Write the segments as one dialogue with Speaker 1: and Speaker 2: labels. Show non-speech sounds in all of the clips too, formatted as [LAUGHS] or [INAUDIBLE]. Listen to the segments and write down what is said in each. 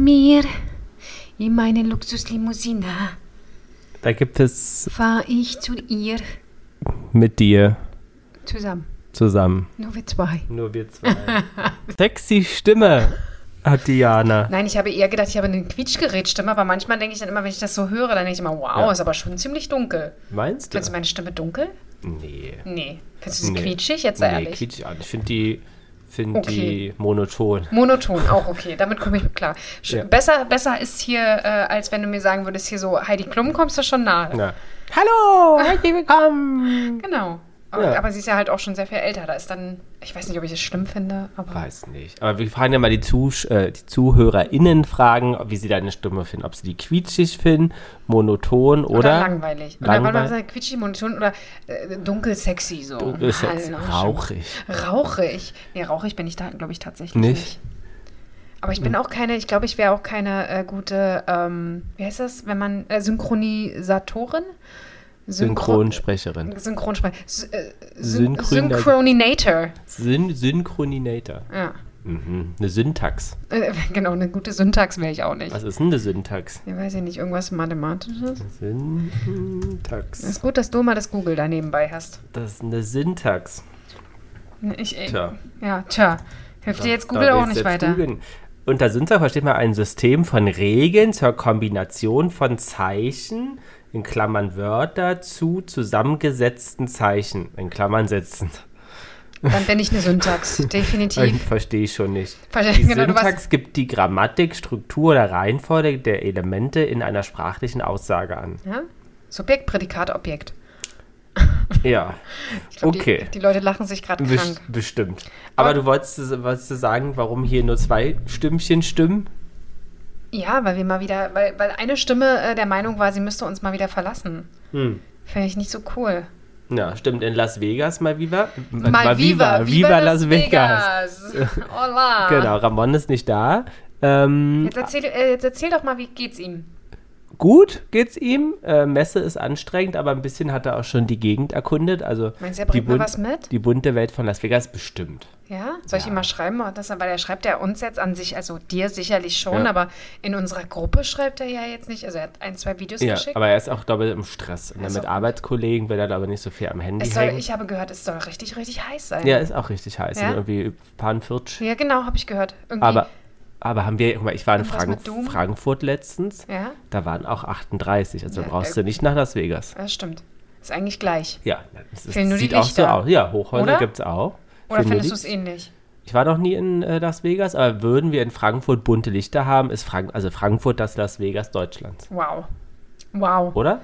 Speaker 1: mir in meine Luxuslimousine
Speaker 2: Da gibt es
Speaker 1: fahre ich zu ihr
Speaker 2: mit dir
Speaker 1: zusammen.
Speaker 2: zusammen.
Speaker 1: Nur wir zwei.
Speaker 2: Nur
Speaker 1: [LAUGHS]
Speaker 2: wir zwei. Sexy Stimme hat Diana.
Speaker 1: Nein, ich habe eher gedacht, ich habe eine Quietschgerätstimme, aber manchmal denke ich dann immer, wenn ich das so höre, dann denke ich immer, wow,
Speaker 2: Ja.
Speaker 1: ist aber schon ziemlich dunkel.
Speaker 2: Meinst du?
Speaker 1: Findest du meine Stimme dunkel?
Speaker 2: Nee.
Speaker 1: Nee. Findest du sie
Speaker 2: Nee.
Speaker 1: quietschig? Jetzt sei
Speaker 2: Nee,
Speaker 1: ehrlich.
Speaker 2: quietsch an. Ich finde die, find
Speaker 1: Okay.
Speaker 2: die monoton.
Speaker 1: Monoton, auch okay, damit komme ich mit klar. Sch-
Speaker 2: Ja.
Speaker 1: Besser, besser ist hier, äh, als wenn du mir sagen würdest, hier so Heidi Klum kommst du schon nahe.
Speaker 2: Ja. Hallo, herzlich willkommen.
Speaker 1: Genau. Aber,
Speaker 2: Ja.
Speaker 1: aber sie ist ja halt auch schon sehr viel älter. Da ist dann, ich weiß nicht, ob ich es schlimm finde, aber
Speaker 2: Weiß nicht. Aber wir fragen ja mal die, Zusch äh, die ZuhörerInnen, fragen, ob- wie sie deine Stimme finden. Ob sie die quietschig finden, monoton oder.
Speaker 1: langweilig. Und dann wollen wir
Speaker 2: Langweil-
Speaker 1: sagen, quietschig, monoton oder äh, dunkel sexy so.
Speaker 2: Dunkel, sexy,
Speaker 1: Hallo, schön.
Speaker 2: rauchig.
Speaker 1: Rauchig. Nee, rauchig bin ich da, glaube ich, tatsächlich nicht.
Speaker 2: Nicht? Hm.
Speaker 1: Aber ich bin auch keine, ich glaube, ich wäre auch keine äh, gute, ähm, wie heißt das, wenn man, äh, Synchronisatorin? Synchron-
Speaker 2: Synchronsprecherin.
Speaker 1: Synchronsprecher. Sy äh, Syn
Speaker 2: Synchron-
Speaker 1: Synchroninator.
Speaker 2: Syn Synchroninator.
Speaker 1: Ja.
Speaker 2: Mhm. Eine Syntax.
Speaker 1: Äh, [LAUGHS] genau, eine gute Syntax wäre ich auch nicht.
Speaker 2: Was ist denn eine Syntax?
Speaker 1: Ich weiß ja nicht, irgendwas Mathematisches.
Speaker 2: Syntax.
Speaker 1: Ist gut, dass du mal das Google da nebenbei hast.
Speaker 2: Das ist eine Syntax.
Speaker 1: Ich, äh,
Speaker 2: Tja.
Speaker 1: Ja, tja. Hilft dir jetzt
Speaker 2: Da
Speaker 1: Google
Speaker 2: will
Speaker 1: auch
Speaker 2: ich
Speaker 1: nicht
Speaker 2: selbst
Speaker 1: weiter.
Speaker 2: googeln. Unter Syntax versteht man ein System von Regeln zur Kombination von Zeichen, in Klammern Wörter, zu zusammengesetzten Zeichen, in
Speaker 1: [LAUGHS]
Speaker 2: Klammern Sätzen.
Speaker 1: Dann bin ich eine
Speaker 2: [LAUGHS]
Speaker 1: Syntax.
Speaker 2: Ich
Speaker 1: Definitiv.
Speaker 2: verstehe ich
Speaker 1: [LAUGHS]
Speaker 2: schon nicht.
Speaker 1: Verstehe-
Speaker 2: Die
Speaker 1: genau, du warst-
Speaker 2: Syntax gibt die Grammatik, Struktur oder Reihenfolge der Elemente in einer sprachlichen
Speaker 1: [LAUGHS]
Speaker 2: Aussage an.
Speaker 1: Ja? Subjekt, Prädikat, Objekt.
Speaker 2: Ja,
Speaker 1: Ich glaub,
Speaker 2: okay.
Speaker 1: Die, die Leute lachen sich gerade
Speaker 2: Bes-
Speaker 1: krank.
Speaker 2: Bestimmt. Aber
Speaker 1: Aber-
Speaker 2: du wolltest, wolltest sagen, warum hier nur zwei Stimmchen stimmen?
Speaker 1: Ja, weil wir mal wieder, weil, weil eine Stimme äh, der Meinung war, sie müsste uns mal wieder verlassen.
Speaker 2: Hm.
Speaker 1: Finde ich nicht so cool.
Speaker 2: Ja, stimmt. In Las Vegas, mal viva. Mal,
Speaker 1: viva Las Vegas. Hola.
Speaker 2: [LAUGHS] Genau, Ramon ist nicht da. Ähm,
Speaker 1: Jetzt erzähl, äh, jetzt erzähl doch mal, wie geht's ihm?
Speaker 2: gut geht's ihm. Äh, Messe ist anstrengend, aber ein bisschen hat er auch schon die Gegend erkundet. Also
Speaker 1: Meinst du, er
Speaker 2: die,
Speaker 1: bringt mir
Speaker 2: bun-
Speaker 1: was mit?
Speaker 2: die bunte Welt von Las Vegas bestimmt.
Speaker 1: Ja? Soll ich
Speaker 2: Ja.
Speaker 1: ihm mal schreiben? Dass er, weil er schreibt ja uns jetzt an sich, also dir sicherlich schon,
Speaker 2: Ja.
Speaker 1: aber in unserer Gruppe schreibt er ja jetzt nicht. Also er hat ein, zwei Videos
Speaker 2: Ja,
Speaker 1: geschickt.
Speaker 2: aber er ist auch doppelt im Stress. Und dann
Speaker 1: Also-
Speaker 2: mit Arbeitskollegen will er aber nicht so viel am Handy
Speaker 1: es soll,
Speaker 2: hängen.
Speaker 1: ich habe gehört, es soll richtig, richtig heiß sein.
Speaker 2: Ja, ist auch richtig heiß.
Speaker 1: Ja?
Speaker 2: Irgendwie paar und 40.
Speaker 1: Ja, genau, habe ich gehört. Irgendwie,
Speaker 2: Aber, aber haben wir, guck mal, ich war in
Speaker 1: Und was
Speaker 2: Frank
Speaker 1: mit Doom?
Speaker 2: Frankfurt letztens.
Speaker 1: Ja?
Speaker 2: Da waren auch 38. Also
Speaker 1: Ja,
Speaker 2: brauchst
Speaker 1: äh,
Speaker 2: du nicht nach Las Vegas.
Speaker 1: das stimmt. Ist eigentlich gleich.
Speaker 2: Ja, das ist,
Speaker 1: Fehlen nur die
Speaker 2: sieht auch so
Speaker 1: Lichter.
Speaker 2: aus. Ja, Hochhäuser
Speaker 1: Oder?
Speaker 2: gibt es auch.
Speaker 1: Oder
Speaker 2: Fehlen nur
Speaker 1: findest eh du es
Speaker 2: die-
Speaker 1: ähnlich?
Speaker 2: Ich war noch nie in äh, Las Vegas, aber würden wir in Frankfurt bunte Lichter haben, ist Frank also Frankfurt das Las Vegas Deutschlands.
Speaker 1: Wow. Wow.
Speaker 2: Oder?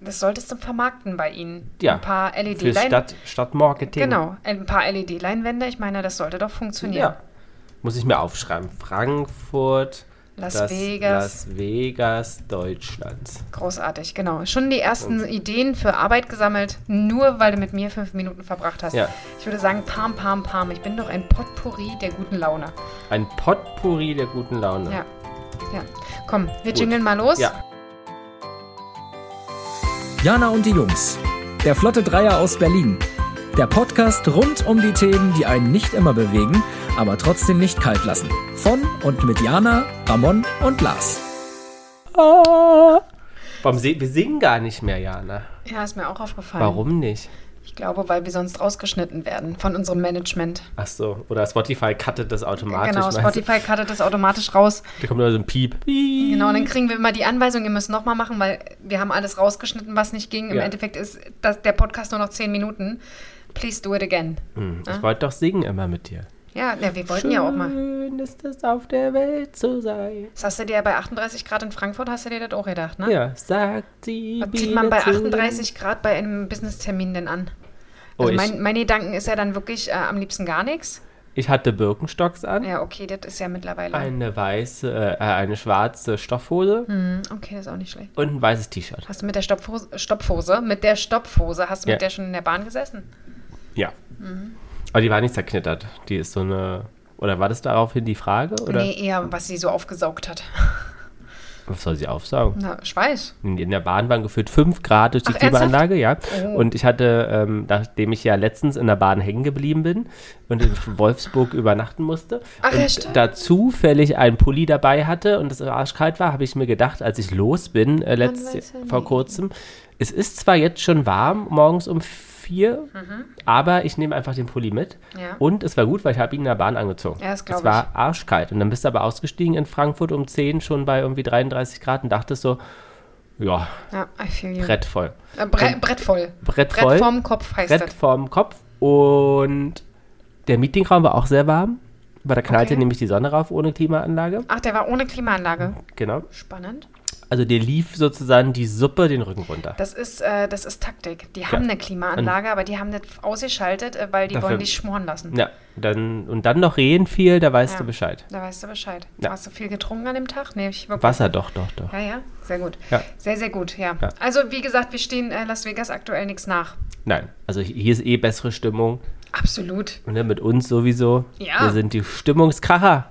Speaker 1: Das solltest du vermarkten bei ihnen.
Speaker 2: Ja.
Speaker 1: Ein paar
Speaker 2: Für
Speaker 1: LED-Leinwände.
Speaker 2: Stadt, Stadtmarketing.
Speaker 1: Genau, ein paar LED-Leinwände. Ich meine, das sollte doch funktionieren.
Speaker 2: Ja. Muss ich mir aufschreiben. Frankfurt,
Speaker 1: Las
Speaker 2: das
Speaker 1: Vegas.
Speaker 2: Las Vegas Deutschlands.
Speaker 1: Großartig, genau. Schon die ersten Ideen für Arbeit gesammelt, nur weil du mit mir fünf Minuten verbracht hast.
Speaker 2: Ja.
Speaker 1: Ich würde sagen, pam, pam, pam. Ich bin doch ein Potpourri der guten Laune.
Speaker 2: Ein Potpourri der guten Laune.
Speaker 1: Ja. Ja. Komm, wir jingeln mal los.
Speaker 2: Ja.
Speaker 3: Jana und die Jungs. Der Flotte Dreier aus Berlin. Der Podcast rund um die Themen, die einen nicht immer bewegen, aber trotzdem nicht kalt lassen. Von und mit Jana, Ramon und Lars.
Speaker 2: Warum se wir singen gar nicht mehr, Jana?
Speaker 1: Ja, ist mir auch aufgefallen.
Speaker 2: Warum nicht?
Speaker 1: Ich glaube, weil wir sonst rausgeschnitten werden von unserem Management.
Speaker 2: Ach so, oder Spotify cuttet das automatisch.
Speaker 1: genau,
Speaker 2: meinst du?
Speaker 1: Spotify cuttet das automatisch raus.
Speaker 2: Da kommt nur so ein Piep. Hm, Piep.
Speaker 1: Genau, und dann kriegen wir immer die Anweisung, ihr müsst nochmal machen, weil wir haben alles rausgeschnitten, was nicht ging. Im
Speaker 2: Ja.
Speaker 1: Endeffekt ist das, der Podcast nur noch 10 Minuten. Please do it again.
Speaker 2: Hm, Ich wollte doch singen immer mit dir.
Speaker 1: Ja, ja wir Ah. wollten ja auch mal.
Speaker 2: Schön ist es auf der Welt zu sein.
Speaker 1: Das hast du dir bei 38 Grad in Frankfurt, hast du dir das auch gedacht, ne?
Speaker 2: Ja, sagt die
Speaker 1: Was zieht man bei 38 Grad bei einem Business-Termin denn an?
Speaker 2: Oh,
Speaker 1: Also
Speaker 2: ich-
Speaker 1: mein, meine Gedanken ist ja dann wirklich äh, am liebsten gar nichts.
Speaker 2: Ich hatte Birkenstocks an,
Speaker 1: Ja, okay, das ist ja mittlerweile.
Speaker 2: eine weiße, äh, eine schwarze Stoffhose
Speaker 1: Hm, okay, das ist auch nicht schlecht.
Speaker 2: und ein weißes T-Shirt.
Speaker 1: Hast du mit der Stopfhose, Stopfhose, mit der Stopfhose, hast du mit
Speaker 2: Ja.
Speaker 1: der schon in der Bahn gesessen?
Speaker 2: Ja.
Speaker 1: Mhm.
Speaker 2: Aber die war nicht zerknittert. Die ist so eine. Oder war das daraufhin die Frage? Oder?
Speaker 1: Nee, eher, was sie so aufgesaugt hat.
Speaker 2: Was soll sie aufsaugen?
Speaker 1: Na, Schweiß.
Speaker 2: in, in der Bahn waren geführt 5 Grad durch die
Speaker 1: Ach,
Speaker 2: Klimaanlage, ja.
Speaker 1: Oh.
Speaker 2: Und ich hatte, ähm, nachdem ich ja letztens in der Bahn hängen geblieben bin und in Wolfsburg übernachten musste
Speaker 1: Ach, ja,
Speaker 2: und
Speaker 1: stimmt.
Speaker 2: da zufällig einen Pulli dabei hatte und es arschkalt war, habe ich mir gedacht, als ich los bin, äh, letzt,
Speaker 1: weiß ja
Speaker 2: vor
Speaker 1: nie.
Speaker 2: kurzem, es ist zwar jetzt schon warm, morgens um vier,
Speaker 1: Mhm.
Speaker 2: aber ich nehme einfach den Pulli mit.
Speaker 1: Ja.
Speaker 2: Und es war gut, weil ich habe ihn in der Bahn angezogen.
Speaker 1: Ja, das glaub
Speaker 2: es war arschkalt. Und dann bist du aber ausgestiegen in Frankfurt um 10 schon bei irgendwie 33 Grad und dachtest so, ja,
Speaker 1: Ja, I feel you.
Speaker 2: Brett voll.
Speaker 1: Äh, Bre Brett voll.
Speaker 2: Brett
Speaker 1: Brett
Speaker 2: voll.
Speaker 1: vorm Kopf heißt
Speaker 2: Brett
Speaker 1: das.
Speaker 2: vorm Kopf. Und der Meetingraum war auch sehr warm, weil da knallte
Speaker 1: Okay.
Speaker 2: nämlich die Sonne rauf ohne Klimaanlage.
Speaker 1: Ach, der war ohne Klimaanlage.
Speaker 2: Genau.
Speaker 1: Spannend.
Speaker 2: Also dir lief sozusagen die Suppe den Rücken runter.
Speaker 1: Das ist, äh, das ist Taktik. Die haben eine Klimaanlage, aber die haben das ausgeschaltet, äh, weil die
Speaker 2: Dafür-
Speaker 1: wollen dich schmoren lassen.
Speaker 2: ja, dann, und dann noch Rehen fiel, da weißt
Speaker 1: Ja.
Speaker 2: du Bescheid.
Speaker 1: Da weißt du Bescheid.
Speaker 2: Ja.
Speaker 1: Hast du viel getrunken an dem Tag? Nee, ich war
Speaker 2: Wasser, doch, doch, doch.
Speaker 1: Ja, ja, sehr gut.
Speaker 2: Ja.
Speaker 1: Sehr, sehr gut, ja.
Speaker 2: Ja.
Speaker 1: Also, wie gesagt, wir stehen äh, Las Vegas aktuell nichts nach.
Speaker 2: Nein, also hier ist eh bessere Stimmung.
Speaker 1: Absolut.
Speaker 2: Und dann ne, mit uns sowieso.
Speaker 1: Ja.
Speaker 2: Wir sind die Stimmungskracher.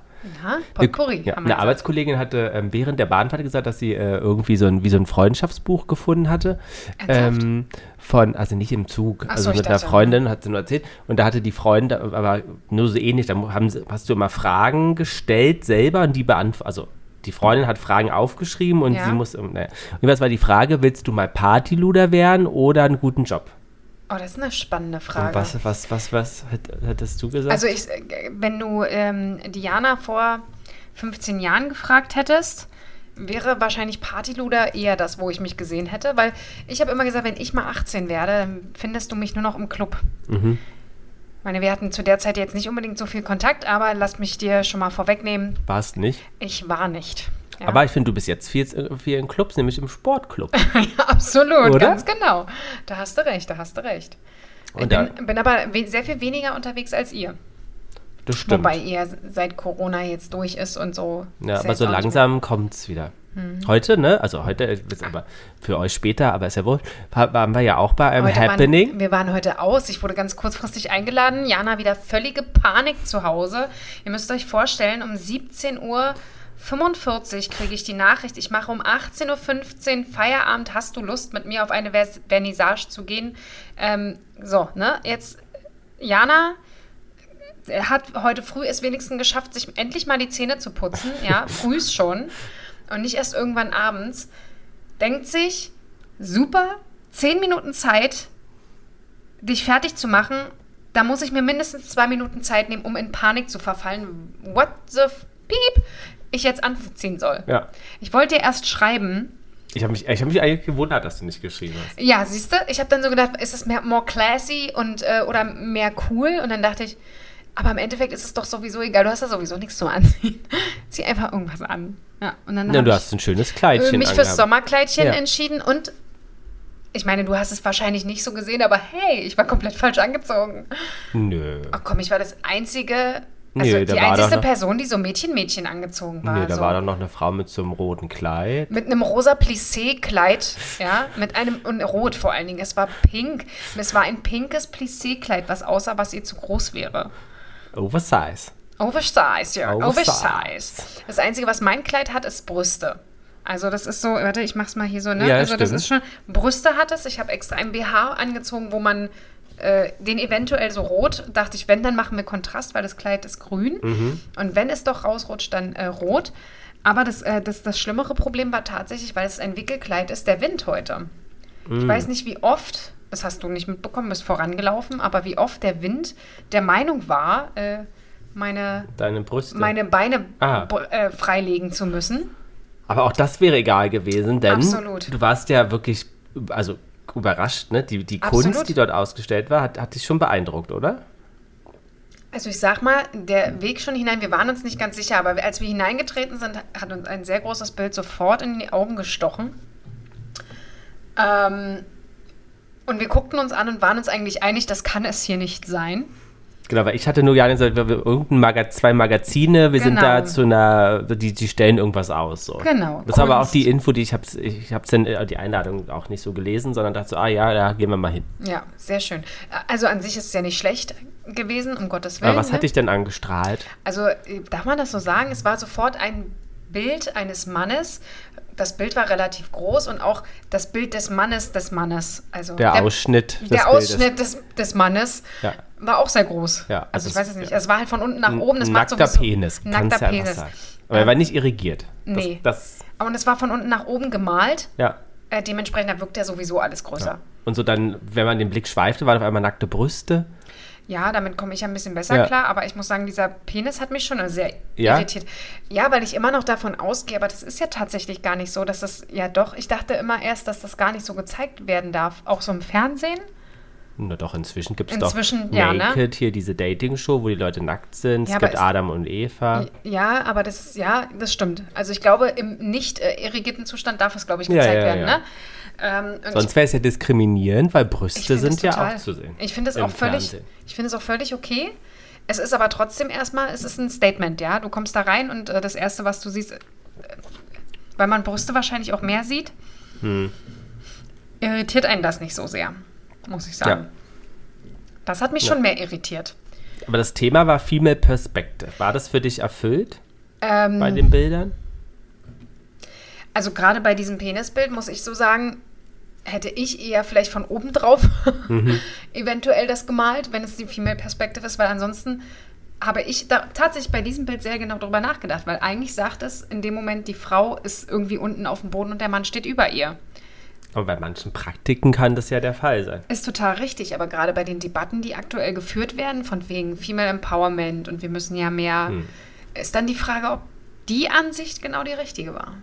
Speaker 1: Na, Potpourri. haben
Speaker 2: ja, eine
Speaker 1: wir gesagt.
Speaker 2: Arbeitskollegin hatte ähm, während der Bahnfahrt gesagt, dass sie äh, irgendwie so ein, wie so ein Freundschaftsbuch gefunden hatte.
Speaker 1: Ernsthaft?
Speaker 2: Ähm, von, also nicht im Zug,
Speaker 1: Ach
Speaker 2: also
Speaker 1: so, ich
Speaker 2: mit einer
Speaker 1: dachte,
Speaker 2: Freundin, hat sie nur erzählt. Und da hatte die Freundin, aber nur so ähnlich, da mu- haben, sie- hast du immer Fragen gestellt selber und die beantwortet, also die Freundin hat Fragen aufgeschrieben und
Speaker 1: Ja.
Speaker 2: sie muss, ähm, naja. Jedenfalls war die Frage, willst du mal Partyluder werden oder einen guten Job?
Speaker 1: Oh, das ist eine spannende
Speaker 2: Und
Speaker 1: Frage.
Speaker 2: was, was, was, was hätt- hättest du gesagt?
Speaker 1: Also ich, wenn du ähm, Diana vor 15 Jahren gefragt hättest, wäre wahrscheinlich Partyluder eher das, wo ich mich gesehen hätte, weil ich habe immer gesagt, wenn ich mal 18 werde, dann findest du mich nur noch im Club.
Speaker 2: Mhm.
Speaker 1: Ich meine, wir hatten zu der Zeit jetzt nicht unbedingt so viel Kontakt, aber lass mich dir schon mal vorwegnehmen,
Speaker 2: Warst nicht.
Speaker 1: ich war nicht. Ja.
Speaker 2: Aber ich finde, du bist jetzt viel, viel in Clubs, nämlich im Sportclub.
Speaker 1: [LAUGHS] Absolut,
Speaker 2: Oder?
Speaker 1: ganz genau. Da hast du recht, da hast du recht. Ich
Speaker 2: Und da-
Speaker 1: bin, bin aber we- sehr viel weniger unterwegs als ihr.
Speaker 2: Das stimmt.
Speaker 1: Wobei ihr seit Corona jetzt durch ist und so.
Speaker 2: Ja,
Speaker 1: Ist
Speaker 2: aber
Speaker 1: jetzt
Speaker 2: so
Speaker 1: auch nicht Hm.
Speaker 2: langsam kommt's wieder. Heute, ne? Also heute, äh, ist aber für euch später, aber ist ja wohl, war- waren wir ja auch bei einem
Speaker 1: mehr- Heute
Speaker 2: Happening.
Speaker 1: Waren, wir waren heute aus. Ich wurde ganz kurzfristig eingeladen. Jana wieder völlige Panik zu Hause. Ihr müsst euch vorstellen, um 17 Uhr 45 kriege ich die Nachricht, ich mache um 18.15 Uhr Feierabend. Hast du Lust, mit mir auf eine Vers Vernissage zu gehen? Ähm, so, ne? Jetzt, Jana er hat heute früh es wenigstens geschafft, sich endlich mal die Zähne zu putzen, ja, frühs schon und nicht erst irgendwann abends, denkt sich, super, zehn Minuten Zeit, dich fertig zu machen, da muss ich mir mindestens zwei Minuten Zeit nehmen, um in Panik zu verfallen, what the f- piep, ich jetzt anziehen soll.
Speaker 2: Ja.
Speaker 1: Ich wollte dir erst schreiben,
Speaker 2: Ich habe mich, ich hab mich eigentlich gewundert, dass du nicht geschrieben hast.
Speaker 1: ja, siehst du, ich habe dann so gedacht, ist es mehr more classy und äh, oder mehr cool? Und dann dachte ich, aber im Endeffekt ist es doch sowieso egal, du hast ja sowieso nichts zum Anziehen. [LAUGHS] Zieh einfach irgendwas an. Ja, und dann
Speaker 2: Ja,
Speaker 1: hab
Speaker 2: du
Speaker 1: ich,
Speaker 2: hast ein schönes
Speaker 1: äh,
Speaker 2: Kleidchen
Speaker 1: mich fürs
Speaker 2: angehabt.
Speaker 1: Sommerkleidchen
Speaker 2: Ja.
Speaker 1: entschieden und ich meine, du hast es wahrscheinlich nicht so gesehen, aber hey, ich war komplett falsch angezogen.
Speaker 2: Nö.
Speaker 1: Ach komm, ich war das einzige, also
Speaker 2: Nee, da
Speaker 1: die
Speaker 2: war doch
Speaker 1: einzige
Speaker 2: noch-
Speaker 1: Person, die so Mädchen-Mädchen angezogen war.
Speaker 2: nee, da
Speaker 1: so.
Speaker 2: war doch noch eine Frau mit so einem roten Kleid.
Speaker 1: Mit einem rosa Plissé-Kleid, ja, mit einem, und rot vor allen Dingen. Es war pink. Es war ein pinkes Plissé-Kleid, was aussah, was ihr zu groß wäre.
Speaker 2: Oversize.
Speaker 1: Oversize, ja.
Speaker 2: Oversize.
Speaker 1: Oversize. Das Einzige, was mein Kleid hat, ist Brüste. Also das ist so, warte, ich mach's mal hier so, ne?
Speaker 2: Ja,
Speaker 1: also das
Speaker 2: stimmt.
Speaker 1: ist schon, Brüste hat es. Ich habe extra einen BH angezogen, wo man äh, den eventuell so rot, dachte ich, wenn, dann machen wir Kontrast, weil das Kleid ist grün.
Speaker 2: Mhm.
Speaker 1: Und wenn es doch rausrutscht, dann äh, rot. Aber das, äh, das, das schlimmere Problem war tatsächlich, weil es ein Wickelkleid ist, der Wind heute.
Speaker 2: Mhm.
Speaker 1: Ich weiß nicht, wie oft, das hast du nicht mitbekommen, bist vorangelaufen, aber wie oft der Wind der Meinung war, äh, meine
Speaker 2: Deine Brüste.
Speaker 1: meine Beine
Speaker 2: Ah.
Speaker 1: bo- äh, freilegen zu müssen.
Speaker 2: Aber auch das wäre egal gewesen, denn
Speaker 1: Absolut.
Speaker 2: du warst ja wirklich, also überrascht, ne? Die, die
Speaker 1: Absolut.
Speaker 2: Kunst, die dort ausgestellt war, hat, hat dich schon beeindruckt, oder?
Speaker 1: Also ich sag mal, der Weg schon hinein, wir waren uns nicht ganz sicher, aber als wir hineingetreten sind, hat uns ein sehr großes Bild sofort in die Augen gestochen. Ähm, und wir guckten uns an und waren uns eigentlich einig, das kann es hier nicht sein.
Speaker 2: Genau, weil ich hatte nur Jan gesagt, wir wir- irgendein Maga zwei Magazine, wir sind
Speaker 1: Genau.
Speaker 2: da zu einer, die, die stellen irgendwas aus. So.
Speaker 1: Genau,
Speaker 2: Das war aber auch
Speaker 1: Kunst.
Speaker 2: die Info, die ich hab's, ich hab's dann äh, die Einladung auch nicht so gelesen, sondern dachte so, ah ja, da gehen wir mal hin.
Speaker 1: Ja, sehr schön. Also an sich ist es ja nicht schlecht gewesen, um Gottes Willen.
Speaker 2: Aber was
Speaker 1: ne?
Speaker 2: hat dich denn angestrahlt?
Speaker 1: Also äh, darf man das so sagen? Es war sofort ein Bild eines Mannes. Das Bild war relativ groß und auch das Bild des Mannes des Mannes. Also
Speaker 2: Der Ausschnitt des
Speaker 1: der
Speaker 2: Bildes.
Speaker 1: Ausschnitt des, des Mannes
Speaker 2: Ja.
Speaker 1: war auch sehr groß.
Speaker 2: Ja,
Speaker 1: also,
Speaker 2: also
Speaker 1: ich
Speaker 2: es-
Speaker 1: weiß es nicht.
Speaker 2: ja.
Speaker 1: Es war halt von unten nach
Speaker 2: Ein
Speaker 1: oben. Das macht
Speaker 2: nackter
Speaker 1: sowieso,
Speaker 2: Penis, kannst
Speaker 1: Nackter
Speaker 2: du ja
Speaker 1: Penis.
Speaker 2: einfach sagen. Aber er war nicht irrigiert. Das,
Speaker 1: nee.
Speaker 2: Das,
Speaker 1: Und es war von unten nach oben gemalt.
Speaker 2: ja.
Speaker 1: Äh, dementsprechend da wirkt ja sowieso alles größer.
Speaker 2: Und so dann, wenn man den Blick schweifte, waren auf einmal nackte Brüste.
Speaker 1: Ja, damit komme ich ja ein bisschen besser
Speaker 2: Ja.
Speaker 1: klar, aber ich muss sagen, dieser Penis hat mich schon sehr
Speaker 2: Ja?
Speaker 1: irritiert. Ja, weil ich immer noch davon ausgehe, aber das ist ja tatsächlich gar nicht so, dass das, ja doch, ich dachte immer erst, dass das gar nicht so gezeigt werden darf. Auch so im Fernsehen?
Speaker 2: Na doch, inzwischen gibt es doch
Speaker 1: Inzwischen,
Speaker 2: Naked,
Speaker 1: ja, ne?
Speaker 2: hier diese Dating-Show, wo die Leute nackt sind.
Speaker 1: Ja,
Speaker 2: es
Speaker 1: aber
Speaker 2: gibt
Speaker 1: es-
Speaker 2: Adam und Eva.
Speaker 1: Ja, aber das ist, ja, das stimmt. Also ich glaube, im nicht äh, irrigierten Zustand darf es, glaube ich,
Speaker 2: Ja,
Speaker 1: gezeigt
Speaker 2: ja,
Speaker 1: werden,
Speaker 2: ja.
Speaker 1: ne? Ähm, und ich-
Speaker 2: Sonst wäre es ja diskriminierend, weil
Speaker 1: Ich
Speaker 2: Brüste
Speaker 1: finde
Speaker 2: sind
Speaker 1: das
Speaker 2: ja
Speaker 1: total-
Speaker 2: auch zu sehen.
Speaker 1: Ich finde es
Speaker 2: im
Speaker 1: auch völlig,
Speaker 2: Fernsehen.
Speaker 1: ich finde es auch völlig okay. Es ist aber trotzdem erstmal, es ist ein Statement, ja. Du kommst da rein und äh, das erste, was du siehst, äh, weil man Brüste wahrscheinlich auch mehr sieht,
Speaker 2: Hm.
Speaker 1: irritiert einen das nicht so sehr, muss ich sagen.
Speaker 2: Ja.
Speaker 1: Das hat mich schon mehr irritiert.
Speaker 2: Aber das Thema war Female Perspective. War das für dich erfüllt
Speaker 1: Ähm,
Speaker 2: bei den Bildern?
Speaker 1: Also gerade bei diesem Penisbild muss ich so sagen, hätte ich eher vielleicht von oben drauf [LAUGHS] eventuell das gemalt, wenn es die Female Perspective ist, weil ansonsten habe ich da tatsächlich bei diesem Bild sehr genau drüber nachgedacht, weil eigentlich sagt es in dem Moment, die Frau ist irgendwie unten auf dem Boden und der Mann steht über ihr.
Speaker 2: Aber bei manchen Praktiken kann das ja der Fall sein.
Speaker 1: Ist total richtig, aber gerade bei den Debatten, die aktuell geführt werden, von wegen Female Empowerment und wir müssen ja mehr, ist dann die Frage, ob die Ansicht genau die richtige war.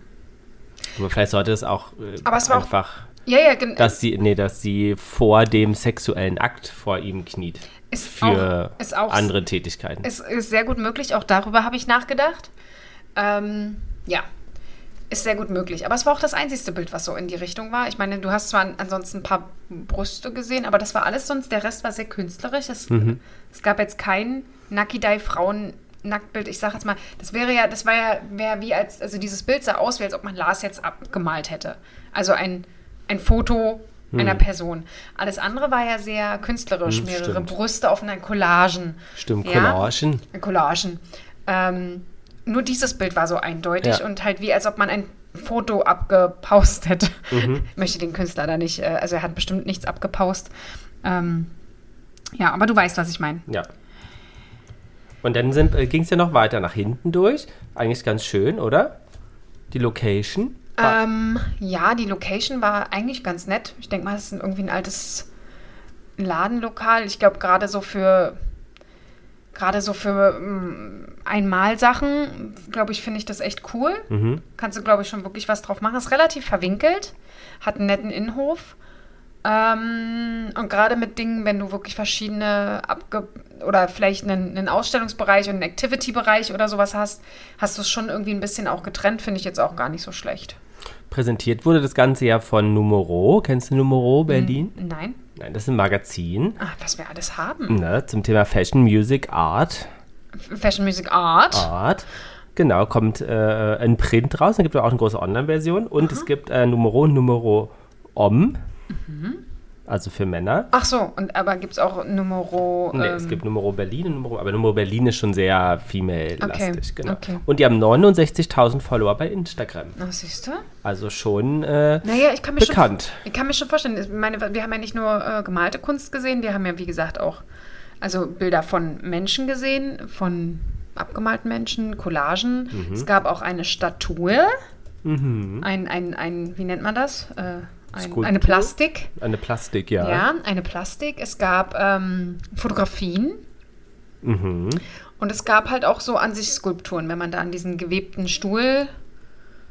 Speaker 2: Aber vielleicht sollte es auch äh,
Speaker 1: Aber es war auch-
Speaker 2: einfach,
Speaker 1: Ja, ja, genau.
Speaker 2: dass sie, nee, dass sie vor dem sexuellen Akt vor ihm kniet.
Speaker 1: Ist
Speaker 2: Für
Speaker 1: auch- ist auch-
Speaker 2: andere Tätigkeiten.
Speaker 1: Es ist sehr gut möglich, auch darüber habe ich nachgedacht. Ähm, ja, ist sehr gut möglich. Aber es war auch das einzigste Bild, was so in die Richtung war. Ich meine, du hast zwar an- ansonsten ein paar Brüste gesehen, aber das war alles sonst. Der Rest war sehr künstlerisch. Es,
Speaker 2: Mhm.
Speaker 1: es gab jetzt kein Nakidai-Frauen. Nacktbild, ich sag jetzt mal, das wäre ja, das war ja, wäre wie als, also dieses Bild sah aus, wie als ob man Lars jetzt abgemalt hätte. Also ein, ein Foto
Speaker 2: Mhm.
Speaker 1: einer Person. Alles andere war ja sehr künstlerisch,
Speaker 2: Hm,
Speaker 1: mehrere
Speaker 2: stimmt.
Speaker 1: Brüste auf einer Collagen.
Speaker 2: Stimmt,
Speaker 1: Ja.
Speaker 2: Collagen.
Speaker 1: Collagen. Ähm, nur dieses Bild war so eindeutig
Speaker 2: Ja.
Speaker 1: und halt wie als ob man ein Foto abgepaust hätte.
Speaker 2: Mhm.
Speaker 1: [LAUGHS] Ich möchte den Künstler da nicht, äh, also er hat bestimmt nichts abgepaust. Ähm, ja, aber du weißt, was ich meine.
Speaker 2: Ja. Und dann äh, ging es ja noch weiter nach hinten durch. Eigentlich ganz schön, oder? Die Location. war-
Speaker 1: Ähm, ja, die Location war eigentlich ganz nett. Ich denke mal, es ist irgendwie ein altes Ladenlokal. Ich glaube, gerade so für gerade so für mm, Einmalsachen, glaube ich, finde ich das echt cool. Kannst du, glaube ich, schon wirklich was drauf machen. Ist relativ verwinkelt, hat einen netten Innenhof. Ähm, und gerade mit Dingen, wenn du wirklich verschiedene Abge oder vielleicht einen, einen Ausstellungsbereich und einen Activity-Bereich oder sowas hast, hast du es schon irgendwie ein bisschen auch getrennt, finde ich jetzt auch gar nicht so schlecht.
Speaker 2: Präsentiert wurde das Ganze ja von Numero. Kennst du Numero
Speaker 1: Mhm.
Speaker 2: Berlin?
Speaker 1: Nein.
Speaker 2: Nein, das ist ein Magazin
Speaker 1: Ah, was wir alles haben.
Speaker 2: ne, zum Thema Fashion, Music, Art.
Speaker 1: Fashion Music Art.
Speaker 2: Art. Genau, kommt äh, ein Print raus. Dann gibt es auch eine große Online-Version. Und es gibt äh, Numero, Numero Om.
Speaker 1: Mhm.
Speaker 2: Also für Männer.
Speaker 1: Ach so, und aber gibt es auch Numero.
Speaker 2: Nee,
Speaker 1: ähm,
Speaker 2: es gibt Numero Berlin und Numero, aber Numero Berlin ist schon sehr female-lastig,
Speaker 1: Okay,
Speaker 2: genau.
Speaker 1: okay.
Speaker 2: Und die haben 69.000 Follower bei Instagram.
Speaker 1: Ach, siehst du?
Speaker 2: Also schon äh,
Speaker 1: Naja, ich kann mir
Speaker 2: bekannt.
Speaker 1: schon. Ich kann mir schon vorstellen. Ich meine, wir haben ja nicht nur äh, gemalte Kunst gesehen, wir haben ja, wie gesagt, auch also Bilder von Menschen gesehen, von abgemalten Menschen, Collagen.
Speaker 2: Mhm.
Speaker 1: Es gab auch eine Statue. Ein, ein, ein, wie nennt man das? Äh, ein,
Speaker 2: Skulptur?
Speaker 1: eine Plastik.
Speaker 2: Eine Plastik, ja.
Speaker 1: Ja, eine Plastik. Es gab ähm, Fotografien.
Speaker 2: Mhm.
Speaker 1: Und es gab halt auch so an sich Skulpturen, wenn man da an diesen gewebten Stuhl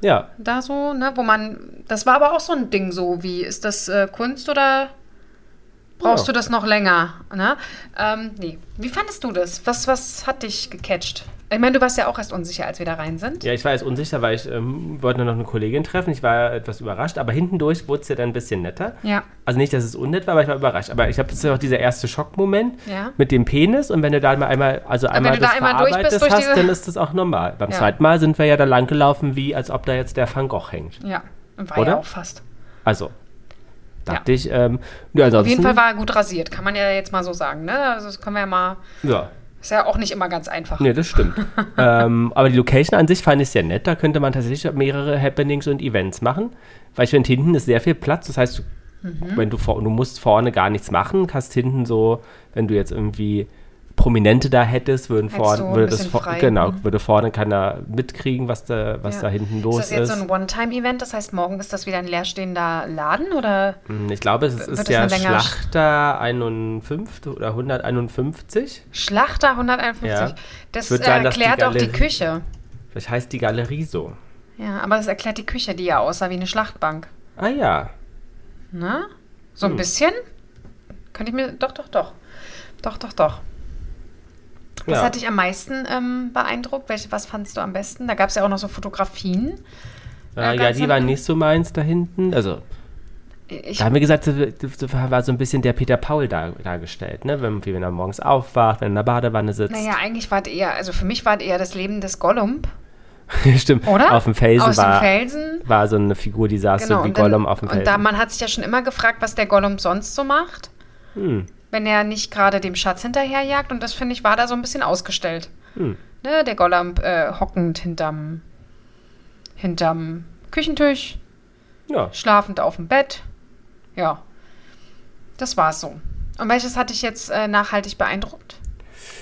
Speaker 2: Ja,
Speaker 1: da so, ne, wo man, das war aber auch so ein Ding so, wie ist das äh, Kunst oder brauchst
Speaker 2: Ja.
Speaker 1: du das noch länger, ne? Ähm, nee. Wie fandest du das? Was, was hat dich gecatcht? Ich meine, du warst ja auch erst unsicher, als wir da rein sind.
Speaker 2: Ja, ich war jetzt unsicher, weil ich ähm, wollte nur noch eine Kollegin treffen. Ich war etwas überrascht, aber hintendurch wurde es ja dann ein bisschen netter.
Speaker 1: Ja.
Speaker 2: Also nicht, dass es unnett war, aber ich war überrascht. Aber ich habe jetzt noch dieser erste Schockmoment
Speaker 1: Ja.
Speaker 2: mit dem Penis und wenn du da mal einmal, also einmal
Speaker 1: wenn du da
Speaker 2: das
Speaker 1: einmal durch bist,
Speaker 2: verarbeitet
Speaker 1: durch
Speaker 2: hast,
Speaker 1: diese-
Speaker 2: dann ist das auch normal. Beim
Speaker 1: Ja.
Speaker 2: zweiten Mal sind wir ja da lang gelaufen, wie als ob da jetzt der Van Gogh hängt.
Speaker 1: Ja, war ja
Speaker 2: Oder?
Speaker 1: auch fast.
Speaker 2: Also, dachte ich, ähm, ja, ansonsten,
Speaker 1: Auf jeden Fall war er gut rasiert, kann man ja jetzt mal so sagen, ne? Also das können wir ja mal
Speaker 2: ja,
Speaker 1: Ist ja auch nicht immer ganz einfach.
Speaker 2: Nee, das
Speaker 1: [LAUGHS]
Speaker 2: stimmt. ähm, aber die Location an sich fand ich sehr nett. Da könnte man tatsächlich mehrere Happenings und Events machen. Weil ich finde, hinten ist sehr viel Platz. Das heißt, du,
Speaker 1: Mhm.
Speaker 2: wenn du, vor, du musst vorne gar nichts machen, kannst hinten so, wenn du jetzt irgendwie Prominente da hättest, würden
Speaker 1: Hättest du
Speaker 2: vorne,
Speaker 1: ein
Speaker 2: würde, das
Speaker 1: bisschen
Speaker 2: vor,
Speaker 1: frei, mhm.
Speaker 2: genau, würde vorne keiner mitkriegen, was da, was
Speaker 1: Ja.
Speaker 2: da hinten los
Speaker 1: ist
Speaker 2: ist.
Speaker 1: das jetzt so ein One-Time-Event? Das heißt, morgen ist das wieder ein leerstehender Laden oder?
Speaker 2: Hm, ich glaube, es ist,
Speaker 1: Wird es
Speaker 2: ja
Speaker 1: eine länger-
Speaker 2: Schlachter 51 oder 151.
Speaker 1: Schlachter 151.
Speaker 2: Ja.
Speaker 1: Das
Speaker 2: Wird sein, dass die
Speaker 1: erklärt auch die
Speaker 2: Galerie-
Speaker 1: Küche.
Speaker 2: Vielleicht heißt die Galerie so.
Speaker 1: Ja, aber das erklärt die Küche, die ja aussah wie eine Schlachtbank.
Speaker 2: Ah ja,
Speaker 1: Ne? So ein
Speaker 2: Hm.
Speaker 1: bisschen? Könnte ich mir. Doch, doch, doch. Doch, doch, doch. Was
Speaker 2: Ja.
Speaker 1: hat dich am meisten ähm, beeindruckt? Welche, was fandst du am besten? Da gab es ja auch noch so Fotografien. Ja,
Speaker 2: Äh, ja, ja
Speaker 1: ganz
Speaker 2: die
Speaker 1: am-
Speaker 2: war nicht so meins da hinten. Also,
Speaker 1: Ich,
Speaker 2: da haben wir gesagt, da da war so ein bisschen der Peter Paul dar, dargestellt, ne? Wenn, wie wenn er morgens aufwacht, wenn er in der Badewanne sitzt.
Speaker 1: naja, eigentlich war es eher, also für mich war es eher das Leben des Gollum,
Speaker 2: [LAUGHS] Stimmt,
Speaker 1: oder?
Speaker 2: auf dem Felsen
Speaker 1: Aus dem
Speaker 2: war,
Speaker 1: Felsen.
Speaker 2: war so eine Figur, die saß so wie
Speaker 1: dann-
Speaker 2: Gollum auf dem Felsen.
Speaker 1: Genau, Und da, man hat sich ja schon immer gefragt, was der Gollum sonst so macht.
Speaker 2: Hm.
Speaker 1: Wenn er nicht gerade dem Schatz hinterherjagt. Und das, finde ich, war da so ein bisschen ausgestellt.
Speaker 2: Hm.
Speaker 1: Ne, der Gollum äh, hockend hinterm, hinterm Küchentisch,
Speaker 2: ja.
Speaker 1: schlafend auf dem Bett. Ja, das war's so. Und welches hat dich jetzt äh, nachhaltig beeindruckt?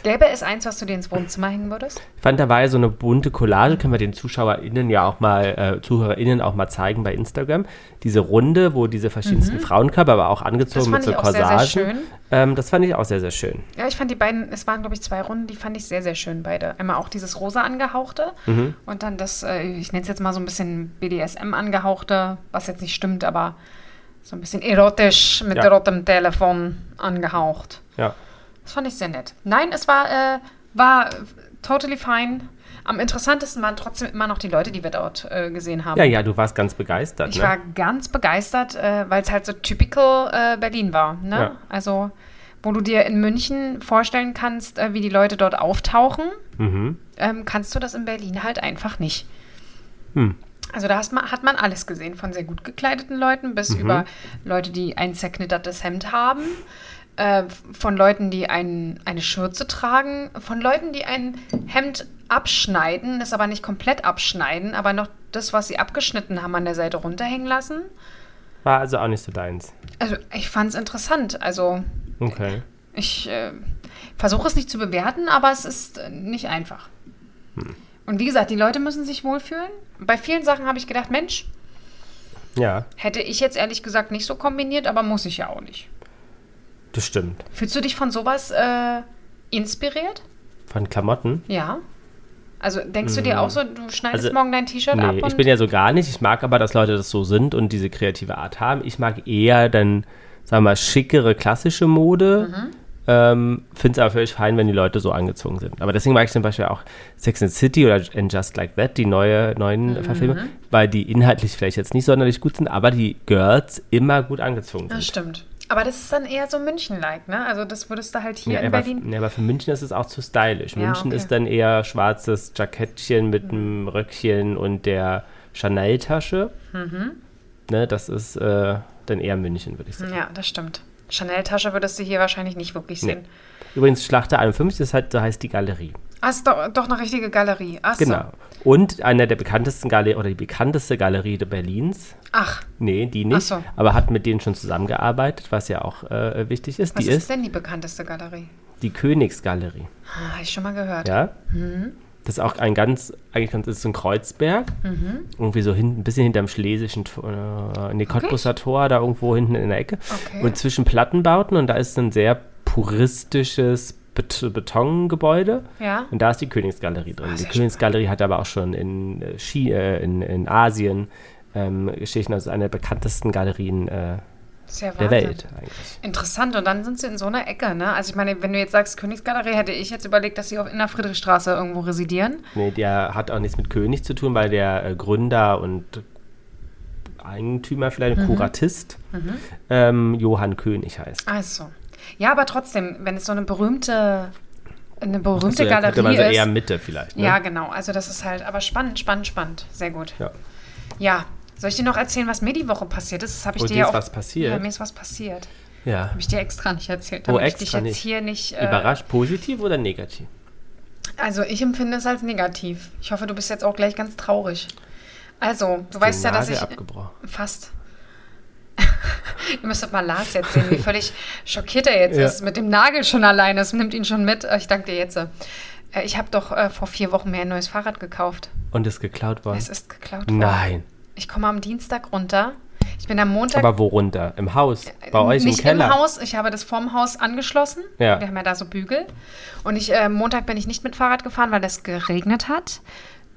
Speaker 1: Gäbe es eins, was du dir ins Wohnzimmer hängen würdest?
Speaker 2: Ich fand, da war ja so eine bunte Collage, können wir den ZuschauerInnen ja auch mal, äh, ZuhörerInnen auch mal zeigen bei Instagram. Diese Runde, wo diese verschiedensten Frauenkörper, aber auch angezogen
Speaker 1: Mhm. Das fand
Speaker 2: mit so
Speaker 1: ich auch sehr,
Speaker 2: Corsagen.
Speaker 1: sehr schön.
Speaker 2: Ähm, das fand ich auch sehr, sehr schön.
Speaker 1: Ja, ich fand die beiden, es waren, glaube ich, zwei Runden, die fand ich sehr, sehr schön, beide. Einmal auch dieses rosa angehauchte
Speaker 2: Mhm.
Speaker 1: und dann das, äh, ich nenne es jetzt mal so ein bisschen BDSM angehauchte, was jetzt nicht stimmt, aber so ein bisschen erotisch mit
Speaker 2: Ja.
Speaker 1: rotem Telefon angehaucht.
Speaker 2: Ja.
Speaker 1: Das fand ich sehr nett. Nein, es war, äh, war totally fine. Am interessantesten waren trotzdem immer noch die Leute, die wir dort äh, gesehen haben.
Speaker 2: Ja, ja, du warst ganz begeistert.
Speaker 1: Ich
Speaker 2: ne?
Speaker 1: war ganz begeistert, äh, weil es halt so typical äh, Berlin war. Ne?
Speaker 2: Ja.
Speaker 1: Also, wo du dir in München vorstellen kannst, äh, wie die Leute dort auftauchen, ähm, kannst du das in Berlin halt einfach nicht. Also da hast man, hat man alles gesehen, von sehr gut gekleideten Leuten bis über Leute, die ein zerknittertes Hemd haben, äh, von Leuten, die ein, eine Schürze tragen, von Leuten, die ein Hemd abschneiden, das aber nicht komplett abschneiden, aber noch das, was sie abgeschnitten haben, an der Seite runterhängen lassen.
Speaker 2: War also auch nicht so deins.
Speaker 1: Also ich fand es interessant. Also
Speaker 2: Okay.
Speaker 1: ich äh, versuche es nicht zu bewerten, aber es ist äh, nicht einfach.
Speaker 2: Hm.
Speaker 1: Und wie gesagt, die Leute müssen sich wohlfühlen. Bei vielen Sachen habe ich gedacht, Mensch,
Speaker 2: Ja,
Speaker 1: hätte ich jetzt ehrlich gesagt nicht so kombiniert, aber muss ich ja auch nicht.
Speaker 2: das stimmt.
Speaker 1: Fühlst du dich von sowas äh, inspiriert?
Speaker 2: Von Klamotten?
Speaker 1: Ja. Also denkst du dir auch so, du schneidest
Speaker 2: Mhm. Also,
Speaker 1: morgen dein T-Shirt ab
Speaker 2: Nee,
Speaker 1: und
Speaker 2: ich bin ja so gar nicht. Ich mag aber, dass Leute das so sind und diese kreative Art haben. Ich mag eher dann, sagen wir mal, schickere klassische Mode.
Speaker 1: Mhm.
Speaker 2: Ähm, Finde es aber völlig fein, wenn die Leute so angezogen sind. Aber deswegen mag ich zum Beispiel auch Sex and the City oder And Just Like That, die neue, neuen
Speaker 1: Mhm.
Speaker 2: Verfilme, weil die inhaltlich vielleicht jetzt nicht sonderlich gut sind, aber die Girls immer gut angezogen
Speaker 1: das
Speaker 2: sind.
Speaker 1: stimmt. Aber das ist dann eher so München-like, ne? Also das würdest du halt hier in
Speaker 2: aber,
Speaker 1: Berlin.
Speaker 2: ja, aber für München ist es auch zu stylisch.
Speaker 1: Ja,
Speaker 2: München
Speaker 1: okay. Mhm.
Speaker 2: ist dann eher schwarzes Jackettchen mit einem Röckchen und der Chanel-Tasche. Ne, das ist äh, dann eher München, würde ich sagen.
Speaker 1: Mhm. Ja, das stimmt. Chanel-Tasche würdest du hier wahrscheinlich nicht wirklich sehen.
Speaker 2: Übrigens, Schlachter 51, das heißt, so heißt die Galerie.
Speaker 1: Ah, ist doch, doch eine richtige Galerie. Ach
Speaker 2: Genau. Und eine der bekanntesten Galerie oder die bekannteste Galerie de Berlins.
Speaker 1: So. Ach,
Speaker 2: Nee, die nicht.
Speaker 1: so.
Speaker 2: Aber hat mit denen schon zusammengearbeitet, was ja auch äh, wichtig ist.
Speaker 1: was
Speaker 2: die
Speaker 1: ist,
Speaker 2: ist
Speaker 1: denn die bekannteste Galerie?
Speaker 2: die Königsgalerie.
Speaker 1: Ah, Habe ich schon mal gehört.
Speaker 2: Ja.
Speaker 1: Mhm.
Speaker 2: Das ist auch ein ganz, eigentlich ganz, das ist ein Kreuzberg.
Speaker 1: Mhm.
Speaker 2: Irgendwie so hinten, ein bisschen hinterm schlesischen Tor, äh, in die Cottbusser Tor, da irgendwo hinten in der Ecke.
Speaker 1: Okay.
Speaker 2: Und zwischen Plattenbauten und da ist ein sehr puristisches Bet Betongebäude.
Speaker 1: Ja.
Speaker 2: Und da ist die Königsgalerie drin. die
Speaker 1: sehr
Speaker 2: Königsgalerie hat aber auch schon in, äh, Chi, äh, in, in Asien ähm, Geschichten, also eine der bekanntesten Galerien äh,
Speaker 1: Sehr
Speaker 2: der
Speaker 1: Wahnsinn.
Speaker 2: Welt eigentlich.
Speaker 1: Interessant, und dann sind sie in so einer Ecke, ne? Also ich meine, wenn du jetzt sagst Königsgalerie, hätte ich jetzt überlegt, dass sie auf in der Friedrichstraße irgendwo residieren.
Speaker 2: Nee, der hat auch nichts mit König zu tun, weil der äh, Gründer und Eigentümer, vielleicht
Speaker 1: Mhm.
Speaker 2: Kuratist, ähm, Johann König heißt.
Speaker 1: Also. Ja, aber trotzdem, wenn es so eine berühmte, eine berühmte
Speaker 2: Also, da
Speaker 1: Galerie
Speaker 2: könnte man so
Speaker 1: ist.
Speaker 2: eher Mitte vielleicht. Ne?
Speaker 1: Ja, genau. Also das ist halt, aber spannend, spannend, spannend. Sehr gut.
Speaker 2: Ja.
Speaker 1: Ja. Soll ich dir noch erzählen, was mir die Woche passiert ist? Das habe ich
Speaker 2: Oh,
Speaker 1: dir
Speaker 2: dir
Speaker 1: ja
Speaker 2: ist
Speaker 1: auch.
Speaker 2: was passiert?
Speaker 1: Ja, mir ist was passiert.
Speaker 2: Ja.
Speaker 1: Habe ich dir extra nicht erzählt,
Speaker 2: Oh,
Speaker 1: damit ich
Speaker 2: extra
Speaker 1: dich jetzt
Speaker 2: nicht.
Speaker 1: hier nicht. Äh,
Speaker 2: Überrascht, positiv oder negativ?
Speaker 1: Also ich empfinde es als negativ. Ich hoffe, du bist jetzt auch gleich ganz traurig. Also, du weißt
Speaker 2: Die
Speaker 1: ja, dass
Speaker 2: Nase
Speaker 1: ich
Speaker 2: Abgebrochen.
Speaker 1: fast. [LAUGHS] Ihr müsstet mal Lars jetzt sehen,
Speaker 2: [LAUGHS]
Speaker 1: wie völlig schockiert er jetzt
Speaker 2: Ja.
Speaker 1: ist. Mit dem Nagel schon alleine. Das nimmt ihn schon mit. Ich danke dir jetzt. Äh, Ich habe doch äh, vor vier Wochen mir ein neues Fahrrad gekauft.
Speaker 2: Und ist geklaut worden?
Speaker 1: Es ist geklaut worden.
Speaker 2: Nein.
Speaker 1: Ich komme am Dienstag runter. Ich bin am Montag
Speaker 2: Aber worunter? Im Haus? Bei euch
Speaker 1: Äh, nicht
Speaker 2: im Keller?
Speaker 1: Haus, ich habe das vorm Haus angeschlossen.
Speaker 2: Ja.
Speaker 1: Wir haben ja da so Bügel. Und ich, äh, Montag bin ich nicht mit Fahrrad gefahren, weil das geregnet hat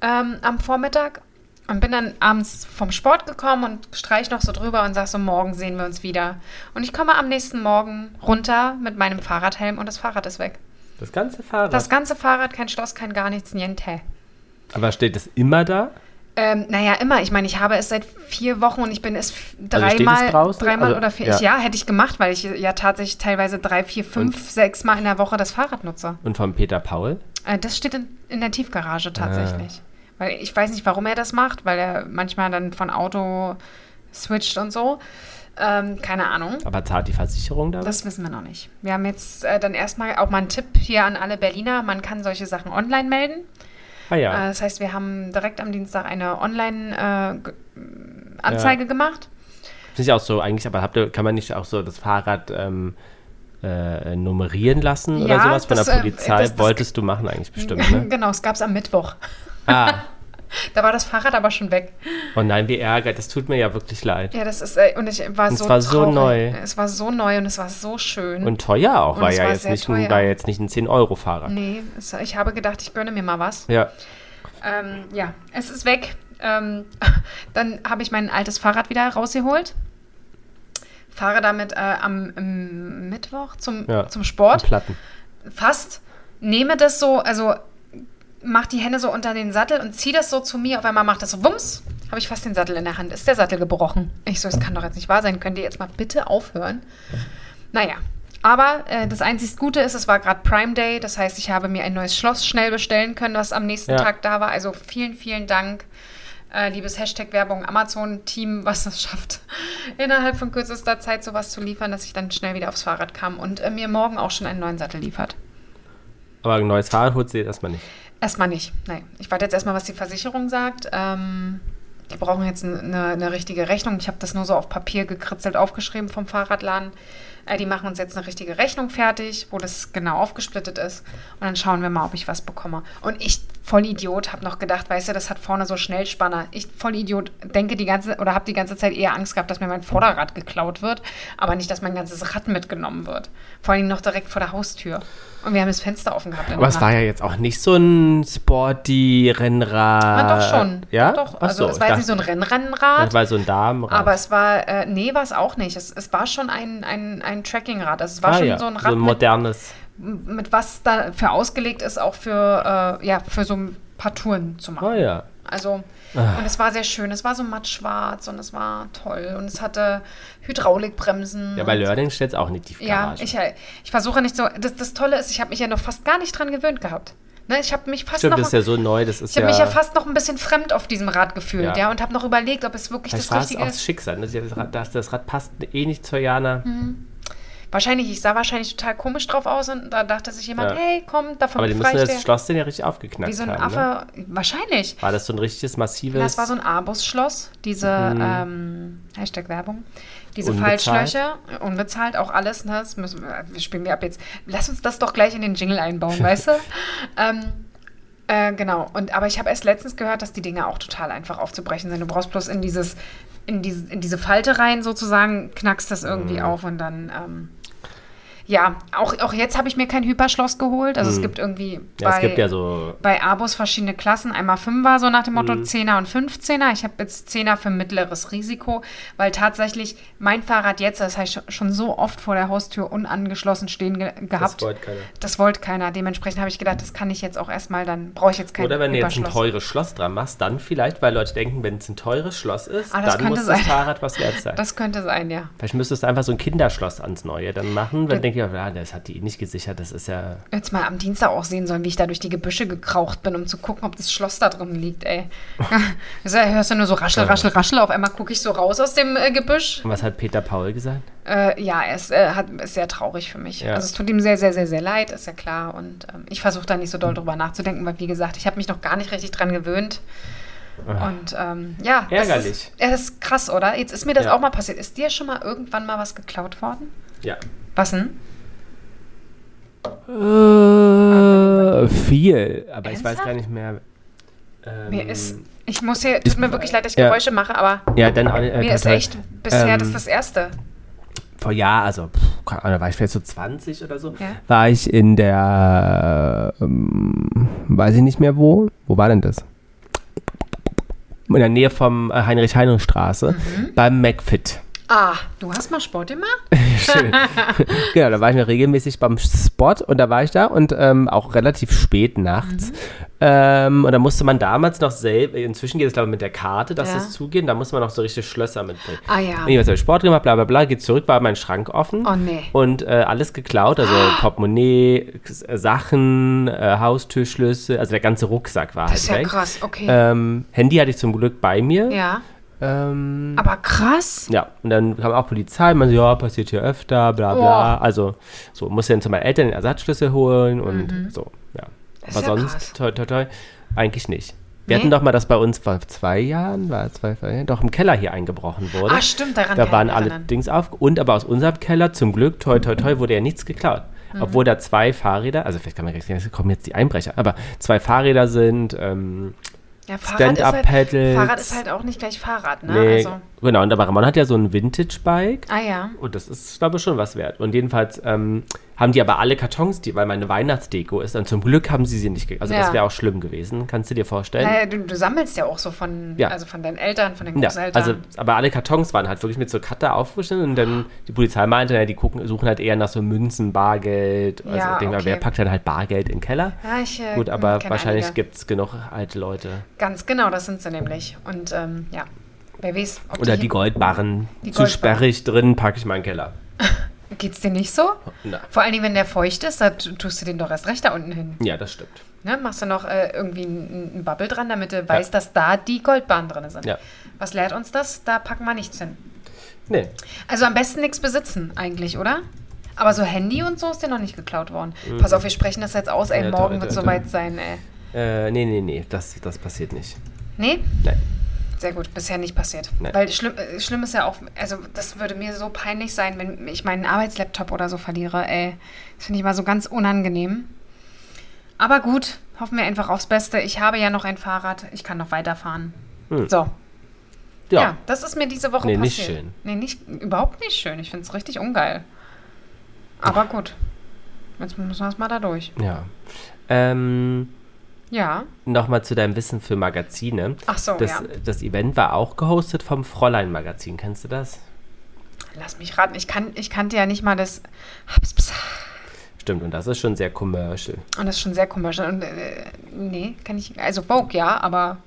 Speaker 1: ähm, am Vormittag. Und bin dann abends vom Sport gekommen und streich noch so drüber und sag so, morgen sehen wir uns wieder. Und ich komme am nächsten Morgen runter mit meinem Fahrradhelm und das Fahrrad ist weg.
Speaker 2: Das ganze Fahrrad.
Speaker 1: Das ganze Fahrrad, kein Schloss, kein gar nichts, niente.
Speaker 2: Aber steht das immer da?
Speaker 1: Ähm, naja, immer. Ich meine, ich habe es seit vier Wochen und ich bin es f-
Speaker 2: Also steht es
Speaker 1: dreimal,
Speaker 2: draußen?
Speaker 1: dreimal
Speaker 2: Also,
Speaker 1: oder vier.
Speaker 2: ja.
Speaker 1: Ja. ja, hätte ich gemacht, weil ich ja tatsächlich teilweise drei, vier, fünf, sechs Mal in der Woche das Fahrrad nutze.
Speaker 2: Und von Peter Paul?
Speaker 1: Äh, das steht in, in der Tiefgarage tatsächlich. Weil ich weiß nicht, warum er das macht, weil er manchmal dann von Auto switcht und so. Ähm, keine Ahnung.
Speaker 2: Aber zahlt die Versicherung da?
Speaker 1: Das wissen wir noch nicht. Wir haben jetzt äh, dann erstmal auch mal einen Tipp hier an alle Berliner. Man kann solche Sachen online melden.
Speaker 2: ah
Speaker 1: Äh,
Speaker 2: ja.
Speaker 1: Das heißt, wir haben direkt am Dienstag eine Online-Anzeige gemacht.
Speaker 2: Finde ich auch so eigentlich, aber habt ihr, kann man nicht auch so das Fahrrad ähm, äh, nummerieren lassen oder
Speaker 1: Ja,
Speaker 2: sowas von
Speaker 1: das,
Speaker 2: der
Speaker 1: äh,
Speaker 2: Polizei?
Speaker 1: das- das-
Speaker 2: Wolltest du machen eigentlich bestimmt, ne?
Speaker 1: [LAUGHS] genau, es gab es am Mittwoch.
Speaker 2: ah.
Speaker 1: Da war das Fahrrad aber schon weg.
Speaker 2: Oh nein, wie ärgert. Das tut mir ja wirklich leid.
Speaker 1: Ja, das ist, äh, und ich war
Speaker 2: Und
Speaker 1: so
Speaker 2: es war so
Speaker 1: traurig.
Speaker 2: neu.
Speaker 1: Es war so neu und es war so schön.
Speaker 2: Und teuer auch.
Speaker 1: Und
Speaker 2: war,
Speaker 1: es
Speaker 2: ja
Speaker 1: war
Speaker 2: jetzt
Speaker 1: sehr
Speaker 2: nicht ein,
Speaker 1: teuer.
Speaker 2: war jetzt nicht ein 10-Euro-Fahrrad.
Speaker 1: nee, es, ich habe gedacht, ich gönne mir mal was.
Speaker 2: Ja.
Speaker 1: Ähm, ja, es ist weg. Ähm, [LAUGHS] dann habe ich mein altes Fahrrad wieder rausgeholt. Fahre damit äh, am ähm, Mittwoch zum,
Speaker 2: Ja.
Speaker 1: zum Sport.
Speaker 2: Und Platten.
Speaker 1: fast nehme das so, also mach die Hände so unter den Sattel und zieh das so zu mir. Auf einmal macht das so Wumms, habe ich fast den Sattel in der Hand. Ist der Sattel gebrochen? Ich so, es kann doch jetzt nicht wahr sein. Könnt ihr jetzt mal bitte aufhören? Naja. Aber äh, das einzig Gute ist, es war gerade Prime Day. Das heißt, ich habe mir ein neues Schloss schnell bestellen können, was am nächsten
Speaker 2: Ja.
Speaker 1: Tag da war. Also vielen, vielen Dank, äh, liebes Hashtag-Werbung Amazon-Team, was es schafft, [LAUGHS] innerhalb von kürzester Zeit sowas zu liefern, dass ich dann schnell wieder aufs Fahrrad kam und äh, mir morgen auch schon einen neuen Sattel liefert.
Speaker 2: Aber ein neues Fahrrad holt sie jetzt erstmal nicht.
Speaker 1: Erstmal nicht. Nein. Ich warte jetzt erstmal, was die Versicherung sagt. Ähm, die brauchen jetzt eine, eine richtige Rechnung. Ich habe das nur so auf Papier gekritzelt aufgeschrieben vom Fahrradladen. Äh, die machen uns jetzt eine richtige Rechnung fertig, wo das genau aufgesplittet ist. Und dann schauen wir mal, ob ich was bekomme. Und ich, voll Idiot, habe noch gedacht, weißt du, das hat vorne so Schnellspanner. Ich, voll Idiot, denke die ganze oder habe die ganze Zeit eher Angst gehabt, dass mir mein Vorderrad geklaut wird, aber nicht, dass mein ganzes Rad mitgenommen wird. Vor allem noch direkt vor der Haustür. Und wir haben das Fenster offen gehabt. in der
Speaker 2: Aber es
Speaker 1: Nacht.
Speaker 2: war ja jetzt auch nicht so ein Sporty-Rennrad.
Speaker 1: Na, doch schon.
Speaker 2: Ah, Ja?
Speaker 1: Doch.
Speaker 2: Ach
Speaker 1: Also
Speaker 2: so,
Speaker 1: es war jetzt
Speaker 2: ich
Speaker 1: nicht so ein
Speaker 2: dachte, Das
Speaker 1: Rennrennrad,
Speaker 2: war so ein Damenrad.
Speaker 1: aber es war, äh, nee, war es auch nicht. Es, es war schon ein, ein, ein Trackingrad. Also es war
Speaker 2: Ah,
Speaker 1: schon
Speaker 2: ja.
Speaker 1: so ein Rad,
Speaker 2: modernes.
Speaker 1: mit, mit was da für ausgelegt ist, auch für, äh, ja, für so ein paar Touren zu machen.
Speaker 2: Ah ja. Ah.
Speaker 1: Also, und es war sehr schön. Es war so mattschwarz und es war toll. Und es hatte Hydraulikbremsen.
Speaker 2: Ja, bei
Speaker 1: und-
Speaker 2: Learning steht es auch nicht die
Speaker 1: ja,
Speaker 2: Garage.
Speaker 1: ich, äh, ich versuche nicht so. Das, das Tolle ist, ich habe mich ja noch fast gar nicht dran gewöhnt gehabt. Ne, ich habe mich fast
Speaker 2: Stimmt,
Speaker 1: noch.
Speaker 2: das ist ja so neu, das ist
Speaker 1: Ich habe
Speaker 2: ja...
Speaker 1: mich ja fast noch ein bisschen fremd auf diesem Rad gefühlt,
Speaker 2: Ja.
Speaker 1: ja, und habe noch überlegt, ob es wirklich
Speaker 2: das
Speaker 1: das
Speaker 2: war es
Speaker 1: Richtige
Speaker 2: auch
Speaker 1: ist.
Speaker 2: das Schicksal. ne? Das Rad, das, das Rad passt eh nicht zur Jana.
Speaker 1: Mhm, Wahrscheinlich, ich sah wahrscheinlich total komisch drauf aus und da dachte sich jemand,
Speaker 2: Ja.
Speaker 1: hey, komm, davon
Speaker 2: Aber die müssen
Speaker 1: befreie ich
Speaker 2: das
Speaker 1: dir.
Speaker 2: Schloss denn ja richtig aufgeknackt
Speaker 1: Wie so ein
Speaker 2: haben. Ne?
Speaker 1: Affe, wahrscheinlich.
Speaker 2: War das so ein richtiges, massives...
Speaker 1: Das war so ein Abus-Schloss, diese ähm, Hashtag Werbung, diese
Speaker 2: Mhm. Unbezahlt.
Speaker 1: Falschlöcher, äh, unbezahlt, auch alles, ne, das müssen wir, wir spielen wir ab jetzt. Lass uns das doch gleich in den Jingle
Speaker 2: [LAUGHS]
Speaker 1: einbauen, weißt du? Ähm, äh, genau, und aber ich habe erst letztens gehört, dass die Dinge auch total einfach aufzubrechen sind. Du brauchst bloß in dieses, in diese, in diese Falte rein sozusagen, knackst das
Speaker 2: Mhm.
Speaker 1: irgendwie auf und dann. Ähm, ja, auch, auch jetzt habe ich mir kein Hyperschloss geholt. Also es gibt irgendwie
Speaker 2: Mhm. ja, es
Speaker 1: bei-
Speaker 2: gibt ja so...
Speaker 1: bei Abos verschiedene Klassen. Einmal Fünfer, so nach dem
Speaker 2: Mhm.
Speaker 1: Motto Zehner und 15er. Ich habe jetzt Zehner für mittleres Risiko, weil tatsächlich mein Fahrrad jetzt, das heißt schon so oft vor der Haustür unangeschlossen stehen ge gehabt.
Speaker 2: Das wollte keiner.
Speaker 1: Das wollte keiner. Dementsprechend habe ich gedacht, das kann ich jetzt auch erstmal, dann brauche ich jetzt kein
Speaker 2: Oder wenn du jetzt ein
Speaker 1: Überschloss.
Speaker 2: teures Schloss dran machst, dann vielleicht, weil Leute denken, wenn es ein teures Schloss ist,
Speaker 1: Ah, das
Speaker 2: dann
Speaker 1: könnte
Speaker 2: muss das
Speaker 1: sein.
Speaker 2: Fahrrad was wert sein.
Speaker 1: Das könnte sein, ja.
Speaker 2: Vielleicht müsstest du einfach so ein Kinderschloss ans Neue dann machen, wenn denken gedacht, ah, das hat die eh nicht gesichert, das ist ja.
Speaker 1: Jetzt mal am Dienstag auch sehen sollen, wie ich da durch die Gebüsche gekraucht bin, um zu gucken, ob das Schloss da drin liegt,
Speaker 2: [LAUGHS]
Speaker 1: ey. [LAUGHS] Das hörst du nur so raschel, raschel, raschel. Auf einmal gucke ich so raus aus dem äh, Gebüsch.
Speaker 2: Und was hat Peter Paul gesagt?
Speaker 1: Äh, ja, er ist, äh, hat, ist sehr traurig für mich.
Speaker 2: Ja.
Speaker 1: Also es tut ihm sehr, sehr, sehr, sehr leid, ist ja klar. Und ähm, ich versuche da nicht
Speaker 2: Hm.
Speaker 1: so doll drüber nachzudenken, weil wie gesagt, ich habe mich noch gar nicht richtig dran gewöhnt. Und ähm, ja, Das
Speaker 2: Ah. Ärgerlich.
Speaker 1: ist, das ist krass, oder? Jetzt ist mir das
Speaker 2: Ja.
Speaker 1: auch mal passiert. Ist dir schon mal irgendwann mal was geklaut worden?
Speaker 2: Ja.
Speaker 1: Was denn?
Speaker 2: Äh, viel, aber ich weiß
Speaker 1: Ernsthaft?
Speaker 2: gar nicht mehr. Ähm,
Speaker 1: Mir ist, ich muss hier, tut mir wirklich leid, dass ich Geräusche mache, aber
Speaker 2: ja, dann auch, äh,
Speaker 1: mir ist
Speaker 2: total-
Speaker 1: echt bisher
Speaker 2: ähm,
Speaker 1: das das Erste.
Speaker 2: vor Jahr, also pff, keine Ahnung, da war ich vielleicht so 20 oder so,
Speaker 1: Ja.
Speaker 2: war ich in der, ähm, weiß ich nicht mehr wo, wo war denn das? In der Nähe vom äh, Heinrich-Heine-Straße
Speaker 1: Mhm.
Speaker 2: beim McFit.
Speaker 1: Ah, du hast mal Sport gemacht?
Speaker 2: Schön. genau, da war ich noch regelmäßig beim Spot und da war ich da und ähm, auch relativ spät
Speaker 1: Mhm.
Speaker 2: nachts. Ähm, und da musste man damals noch selbst, inzwischen geht es glaube ich mit der Karte, dass
Speaker 1: Ja.
Speaker 2: das zugehen, da muss man noch so richtig Schlösser mitbringen.
Speaker 1: Ah ja.
Speaker 2: Und ich habe Sport gemacht, bla bla bla, geht zurück, war mein Schrank offen.
Speaker 1: Oh, nee. Ah.
Speaker 2: Und äh, alles geklaut, also Portemonnaie, K- Sachen, äh, Haustürschlüssel, also der ganze Rucksack war
Speaker 1: Das ist ja
Speaker 2: halt weg.
Speaker 1: krass, okay.
Speaker 2: Ähm, Handy hatte ich zum Glück bei mir.
Speaker 1: ja.
Speaker 2: Ähm,
Speaker 1: Aber krass.
Speaker 2: ja, und dann kam auch Polizei, man so, ja, passiert hier öfter, bla bla. Also, so, muss dann zu meinen Eltern den Ersatzschlüssel holen und so, ja.
Speaker 1: Mhm. ist
Speaker 2: Aber
Speaker 1: ja
Speaker 2: sonst,
Speaker 1: krass.
Speaker 2: toi, toi, toi, eigentlich nicht. Wir
Speaker 1: Nee?
Speaker 2: hatten doch mal das bei uns vor zwei Jahren, war es zwei, drei Jahren, doch im Keller hier eingebrochen wurde.
Speaker 1: Ah, stimmt, daran kann
Speaker 2: Da
Speaker 1: ich
Speaker 2: waren
Speaker 1: mich
Speaker 2: alle
Speaker 1: erinnern.
Speaker 2: Dings auf und aber aus unserem Keller zum Glück, toi, toi, toi, wurde ja nichts geklaut.
Speaker 1: Mhm.
Speaker 2: Obwohl da zwei Fahrräder, also vielleicht kann man gleich sagen, es kommen jetzt die Einbrecher, aber zwei Fahrräder sind, ähm,
Speaker 1: Ja, Fahrrad ist, halt,
Speaker 2: Stand-up-Paddles.
Speaker 1: Fahrrad ist halt auch nicht gleich Fahrrad, ne?
Speaker 2: nee,
Speaker 1: Also,
Speaker 2: genau, und aber Ramon hat ja so ein Vintage-Bike
Speaker 1: ah ja.
Speaker 2: und das ist, glaube ich, schon was wert. Und jedenfalls ähm, haben die aber alle Kartons, die, weil meine Weihnachtsdeko ist. Und zum Glück haben sie sie nicht gekriegt. Also
Speaker 1: Ja.
Speaker 2: das wäre auch schlimm gewesen, kannst du dir vorstellen.
Speaker 1: Naja, du, du sammelst ja auch so von,
Speaker 2: Ja.
Speaker 1: also von deinen Eltern, von den
Speaker 2: ja,
Speaker 1: Großeltern.
Speaker 2: also, aber alle Kartons waren halt wirklich mit so Cutter aufgeschnitten und dann die Polizei meinte, ja, die gucken, suchen halt eher nach so Münzen, Bargeld. Also
Speaker 1: Ja,
Speaker 2: denk mal,
Speaker 1: okay.
Speaker 2: wer packt dann halt Bargeld in den Keller?
Speaker 1: ja, ich, äh,
Speaker 2: Gut, aber
Speaker 1: kenn
Speaker 2: wahrscheinlich
Speaker 1: einige.
Speaker 2: gibt es genug alte Leute.
Speaker 1: Ganz genau, das sind sie nämlich. Und ähm, ja, wer weiß, ob
Speaker 2: Oder die Goldbarren.
Speaker 1: Die
Speaker 2: Zu
Speaker 1: Goldbarren.
Speaker 2: sperrig drin, packe ich mal in den Keller.
Speaker 1: Geht's dir nicht so?
Speaker 2: Na.
Speaker 1: Vor allen Dingen, wenn der feucht ist, da t- tust du den doch erst recht da unten hin.
Speaker 2: Ja, das stimmt.
Speaker 1: Ne? Machst du noch äh, irgendwie einen einen Bubble dran, damit du weißt, dass da die Goldbahnen drin sind.
Speaker 2: Ja.
Speaker 1: Was lehrt uns das? Da packen wir nichts hin.
Speaker 2: Nee.
Speaker 1: Also am besten nichts besitzen eigentlich, oder? Aber so Handy und so ist dir noch nicht geklaut worden. Pass auf, wir sprechen das jetzt aus, ey,
Speaker 2: Mhm. Ja,
Speaker 1: morgen
Speaker 2: da-
Speaker 1: wird
Speaker 2: da-
Speaker 1: soweit sein, ey.
Speaker 2: Äh, nee, nee, nee, das, das passiert nicht.
Speaker 1: Nee?
Speaker 2: Nein.
Speaker 1: Sehr gut, bisher nicht passiert.
Speaker 2: Nein.
Speaker 1: Weil schlimm, äh, schlimm ist ja auch, also das würde mir so peinlich sein, wenn ich meinen Arbeitslaptop oder so verliere, ey. Das finde ich mal so ganz unangenehm. Aber gut, hoffen wir einfach aufs Beste. Ich habe ja noch ein Fahrrad, ich kann noch weiterfahren. So, ja.
Speaker 2: Hm. ja.
Speaker 1: das ist mir diese Woche
Speaker 2: Nee, nicht
Speaker 1: passiert.
Speaker 2: schön.
Speaker 1: Nee, nicht überhaupt nicht schön. Ich finde es richtig ungeil. Aber gut, jetzt müssen wir es mal da durch.
Speaker 2: Ja. Ähm,
Speaker 1: Ja,
Speaker 2: Nochmal zu deinem Wissen für Magazine.
Speaker 1: ach so,
Speaker 2: Das, äh,
Speaker 1: ja.
Speaker 2: das Event war auch gehostet vom Fräulein-Magazin. Kennst du das?
Speaker 1: Lass mich raten, ich, kann, ich kannte ja nicht mal das... Haps, psa,
Speaker 2: Stimmt, und das ist schon sehr commercial.
Speaker 1: Und das ist schon sehr commercial. Und, äh, nee, kann ich. Also Vogue, ja, aber.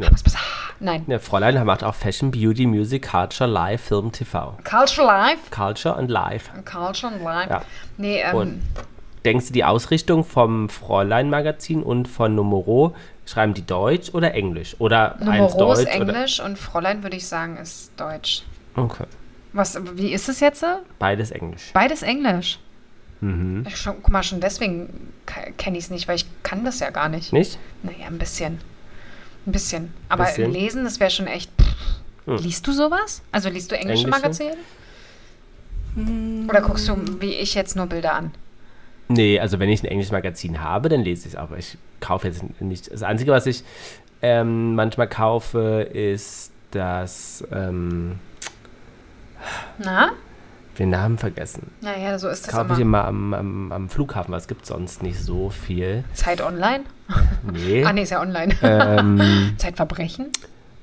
Speaker 2: Ja.
Speaker 1: Was, was, ah, nein.
Speaker 2: Ja, Fräulein macht auch Fashion, Beauty, Music, Culture, Live, Film, TV.
Speaker 1: Culture Life.
Speaker 2: Culture und Live.
Speaker 1: Culture and Life.
Speaker 2: Ja.
Speaker 1: Nee, ähm,
Speaker 2: Und denkst du, die Ausrichtung vom Fräulein-Magazin und von Numero, schreiben die Deutsch oder Englisch? Oder eins
Speaker 1: Numero
Speaker 2: Deutsch?
Speaker 1: ist Englisch und Fräulein, würde ich sagen, ist Deutsch.
Speaker 2: Oder? Okay.
Speaker 1: Was, wie ist es jetzt? äh?
Speaker 2: Beides Englisch. Mhm.
Speaker 1: Beides Englisch. Ich Schon, guck mal, schon deswegen kenne ich es nicht, weil ich kann das ja gar nicht.
Speaker 2: Nicht?
Speaker 1: Naja, ein bisschen. Ein bisschen. Aber
Speaker 2: Bisschen? Hm.
Speaker 1: lesen, das wäre schon echt. Pff. Liest du sowas? Also liest du englische,
Speaker 2: Englische?
Speaker 1: Magazine? Oder guckst du, wie ich jetzt, nur Bilder an?
Speaker 2: Nee, also wenn ich ein englisches Magazin habe, dann lese ich es, aber ich kaufe jetzt nicht. Das Einzige, was ich ähm, manchmal kaufe, ist das. Ähm,
Speaker 1: Na?
Speaker 2: den Namen vergessen.
Speaker 1: Naja, so ist das
Speaker 2: Kaufe ich
Speaker 1: immer.
Speaker 2: immer am, am, am Flughafen, was gibt sonst nicht so viel.
Speaker 1: Zeit online?
Speaker 2: Nee.
Speaker 1: Ah, nee, ist ja online.
Speaker 2: ähm, [LAUGHS]
Speaker 1: [LAUGHS] Zeitverbrechen?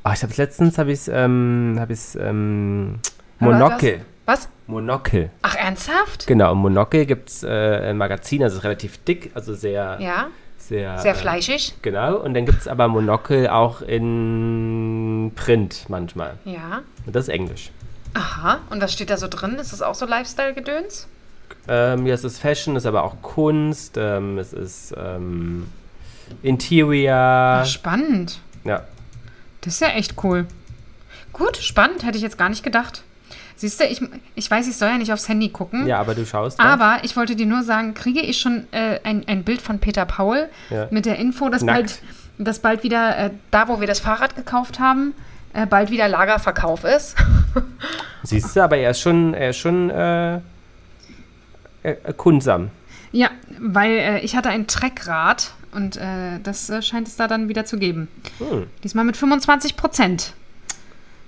Speaker 2: ah, ich habe letztens habe ich ähm, habe ich ähm,
Speaker 1: Oder
Speaker 2: Monokel.
Speaker 1: Was? Was?
Speaker 2: Monokel.
Speaker 1: Ach, ernsthaft?
Speaker 2: Genau, im Monokel gibt es äh, ein Magazin, also ist relativ dick, also sehr
Speaker 1: Ja,
Speaker 2: sehr
Speaker 1: sehr
Speaker 2: ähm,
Speaker 1: fleischig.
Speaker 2: Genau, und dann gibt es aber Monokel auch in Print manchmal.
Speaker 1: Ja.
Speaker 2: Und das ist Englisch.
Speaker 1: Aha. Und was steht da so drin? Ist das auch so Lifestyle-Gedöns?
Speaker 2: Ähm, ja, es ist Fashion, ist aber auch Kunst, ähm, es ist ähm, Interior.
Speaker 1: Ach, spannend.
Speaker 2: ja.
Speaker 1: Das ist ja echt cool. Gut, spannend, hätte ich jetzt gar nicht gedacht. Siehst du, ich, ich weiß, ich soll ja nicht aufs Handy gucken.
Speaker 2: ja, aber du schaust. ne?
Speaker 1: Aber ich wollte dir nur sagen, kriege ich schon äh, ein, ein Bild von Peter Paul
Speaker 2: Ja.
Speaker 1: mit der Info, dass
Speaker 2: Nackt.
Speaker 1: bald, dass bald wieder, äh, da wo wir das Fahrrad gekauft haben, äh, bald wieder Lagerverkauf ist.
Speaker 2: Siehst du, aber er ist schon, er ist schon äh, äh, äh, kundsam.
Speaker 1: ja, weil äh, ich hatte ein Treckrad und äh, das äh, scheint es da dann wieder zu geben.
Speaker 2: Hm.
Speaker 1: Diesmal mit 25 Prozent.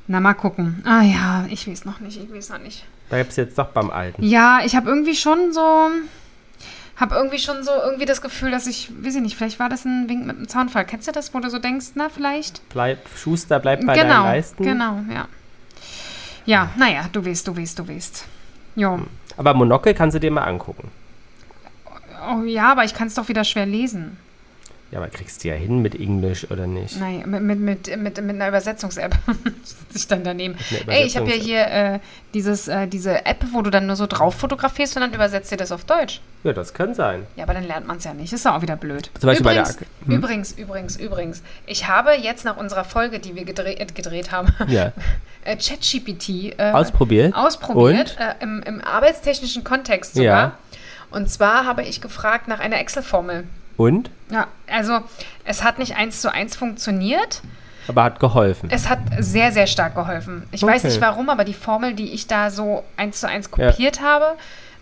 Speaker 1: Na, mal gucken. Ah ja, ich weiß noch nicht, ich weiß noch nicht.
Speaker 2: Bleibst jetzt doch beim Alten.
Speaker 1: Ja, ich habe irgendwie schon so, habe irgendwie schon so irgendwie das Gefühl, dass ich, weiß ich nicht, vielleicht war das ein Wink mit einem Zaunfall. Kennst du das, wo du so denkst, na vielleicht?
Speaker 2: Bleib, Schuster, bleib bei deinen
Speaker 1: genau,
Speaker 2: Leisten.
Speaker 1: genau, ja. Ja, naja, du weißt, du weißt, du weißt. Jo,
Speaker 2: Aber Monokel kannst du dir mal angucken.
Speaker 1: oh, ja, aber ich kann es doch wieder schwer lesen.
Speaker 2: Ja, aber kriegst du ja hin mit Englisch oder nicht?
Speaker 1: Naja, mit, mit, mit, mit, mit einer Übersetzungs-App [LAUGHS] sitze ich dann daneben.
Speaker 2: Mit einer
Speaker 1: Ey, ich habe ja
Speaker 2: Übersetzungs-App.
Speaker 1: hier äh, dieses, äh, diese App, wo du dann nur so drauf fotografierst und dann übersetzt dir das auf Deutsch.
Speaker 2: Ja, das kann sein.
Speaker 1: Ja, aber dann lernt man es ja nicht. Ist ja auch wieder blöd.
Speaker 2: Zum Beispiel bei der
Speaker 1: übrigens,
Speaker 2: Ak- hm?
Speaker 1: übrigens, übrigens, übrigens. Ich habe jetzt nach unserer Folge, die wir gedreht, gedreht haben,
Speaker 2: [LAUGHS] Ja.
Speaker 1: [LAUGHS] äh, ChatGPT äh,
Speaker 2: Ausprobiert?
Speaker 1: ausprobiert äh, im, im arbeitstechnischen Kontext sogar.
Speaker 2: Ja.
Speaker 1: Und zwar habe ich gefragt nach einer Excel-Formel.
Speaker 2: Und?
Speaker 1: Ja, also es hat nicht eins zu eins funktioniert.
Speaker 2: Aber hat geholfen.
Speaker 1: Es hat sehr, sehr stark geholfen. Ich weiß
Speaker 2: Okay.
Speaker 1: nicht warum, aber die Formel, die ich da so eins zu eins kopiert habe,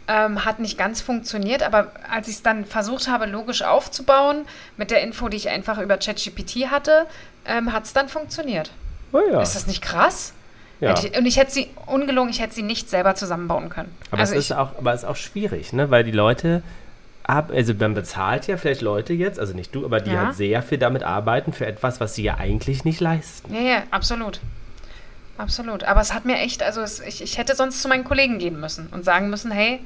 Speaker 1: ähm, hat nicht ganz funktioniert. Aber als ich es dann versucht habe, logisch aufzubauen, mit der Info, die ich einfach über ChatGPT hatte, ähm, hat es dann funktioniert.
Speaker 2: oh ja.
Speaker 1: Ist äh, das nicht krass?
Speaker 2: ja.
Speaker 1: Hätte Ich, und ich hätte sie, ungelogen, ich hätte sie nicht selber zusammenbauen können.
Speaker 2: Aber
Speaker 1: also
Speaker 2: es
Speaker 1: ich,
Speaker 2: ist auch, aber es ist auch schwierig, ne? Weil die Leute, ab, also man bezahlt ja vielleicht Leute jetzt, also nicht du, aber die
Speaker 1: Ja.
Speaker 2: halt sehr viel damit arbeiten für etwas, was sie ja eigentlich nicht leisten.
Speaker 1: ja, ja, absolut. Absolut. Aber es hat mir echt, also es, ich, ich hätte sonst zu meinen Kollegen gehen müssen und sagen müssen, hey,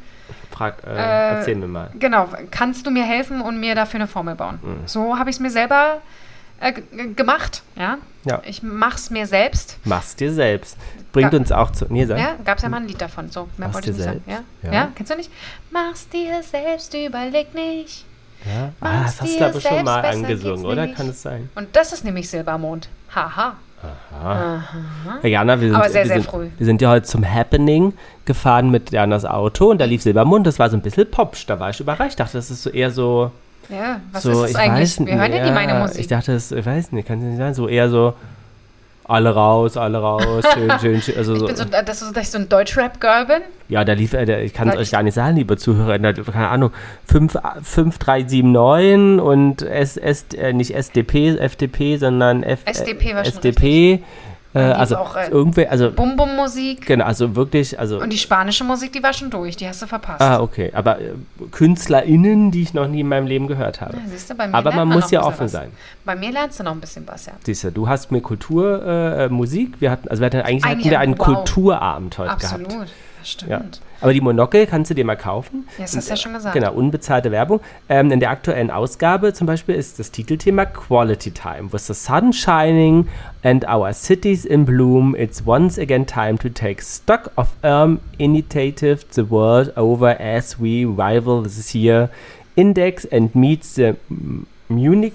Speaker 2: Frag, äh,
Speaker 1: Äh,
Speaker 2: erzähl mir mal.
Speaker 1: Genau, kannst du mir helfen und mir dafür eine Formel bauen?
Speaker 2: Mhm.
Speaker 1: So habe ich es mir selber äh, g- g- gemacht. Ja?
Speaker 2: Ja.
Speaker 1: Ich mach's mir selbst.
Speaker 2: Mach's dir selbst. Bringt
Speaker 1: Ja.
Speaker 2: uns auch zu. Nee, sag.
Speaker 1: Ja, gab es ja mal ein Lied davon. So, mehr
Speaker 2: Mach's
Speaker 1: wollte ich
Speaker 2: dir
Speaker 1: nicht sagen. Ja? Ja.
Speaker 2: selbst. Ja.
Speaker 1: kennst du nicht? Mach's dir selbst, überleg nicht.
Speaker 2: Ja? Ah,
Speaker 1: Mach's
Speaker 2: das hast du,
Speaker 1: dir
Speaker 2: glaube ich, schon
Speaker 1: selbst,
Speaker 2: mal
Speaker 1: besser
Speaker 2: angesungen,
Speaker 1: geht's
Speaker 2: oder?
Speaker 1: nämlich.
Speaker 2: Kann es sein?
Speaker 1: Und das ist nämlich Silbermond. Haha.
Speaker 2: Herr Jana, wir sind,
Speaker 1: Hm? Aber sehr,
Speaker 2: wir,
Speaker 1: sehr
Speaker 2: sind,
Speaker 1: früh.
Speaker 2: wir sind ja heute zum Happening gefahren mit Janas Auto und da lief Silbermund. Das war so ein bisschen Popsch. Da war ich überrascht. Ich dachte, das ist so eher so.
Speaker 1: Ja, was
Speaker 2: so,
Speaker 1: ist
Speaker 2: ich
Speaker 1: das eigentlich?
Speaker 2: Weiß,
Speaker 1: Wir hören ja nie meine Musik.
Speaker 2: Ich dachte, das, ich weiß nicht, kann es nicht sein. So eher so, alle raus, alle raus, schön,
Speaker 1: [LAUGHS]
Speaker 2: schön, schön. Also
Speaker 1: ich
Speaker 2: so,
Speaker 1: bin so, dass, du- dass ich so ein Deutschrap-Girl bin.
Speaker 2: ja, da lief, äh, der, ich kann es
Speaker 1: Sag
Speaker 2: euch
Speaker 1: ich-
Speaker 2: gar nicht sagen, liebe Zuhörer, da, keine Ahnung, 5, 5 3, 7, 9 und S, S, äh, nicht SDP, FDP, sondern F, äh,
Speaker 1: SDP war schon
Speaker 2: SDP. Äh,
Speaker 1: lief
Speaker 2: also,
Speaker 1: auch, äh,
Speaker 2: irgendwie, also,
Speaker 1: Bum-Bum-Musik.
Speaker 2: genau, also wirklich, also,
Speaker 1: Und die spanische Musik, die war schon durch. Die hast du verpasst.
Speaker 2: ah, okay, aber äh, KünstlerInnen, die ich noch nie in meinem Leben gehört habe.
Speaker 1: Ja, siehst du, bei mir
Speaker 2: Aber
Speaker 1: lernt
Speaker 2: man
Speaker 1: noch
Speaker 2: muss
Speaker 1: ein
Speaker 2: ja
Speaker 1: bisschen
Speaker 2: offen
Speaker 1: was.
Speaker 2: sein.
Speaker 1: Bei mir lernst du noch ein bisschen was, ja.
Speaker 2: Siehst du, du hast mir Kultur, äh, äh, Musik, wir hatten, also wir hatten eigentlich, hatten
Speaker 1: Eigentlich
Speaker 2: wir
Speaker 1: ein-
Speaker 2: einen
Speaker 1: wow.
Speaker 2: Kulturabend heute
Speaker 1: Absolut,
Speaker 2: gehabt.
Speaker 1: das stimmt.
Speaker 2: Ja. Aber die Monokel kannst du dir mal kaufen.
Speaker 1: Ja, das hast du ja schon gesagt.
Speaker 2: Genau, unbezahlte Werbung. Ähm, in der aktuellen Ausgabe zum Beispiel ist das Titelthema Quality Time. With the sun shining and our cities in bloom, it's once again time to take stock of um, initiative the world over as we rival this year index and meet the mm, Munich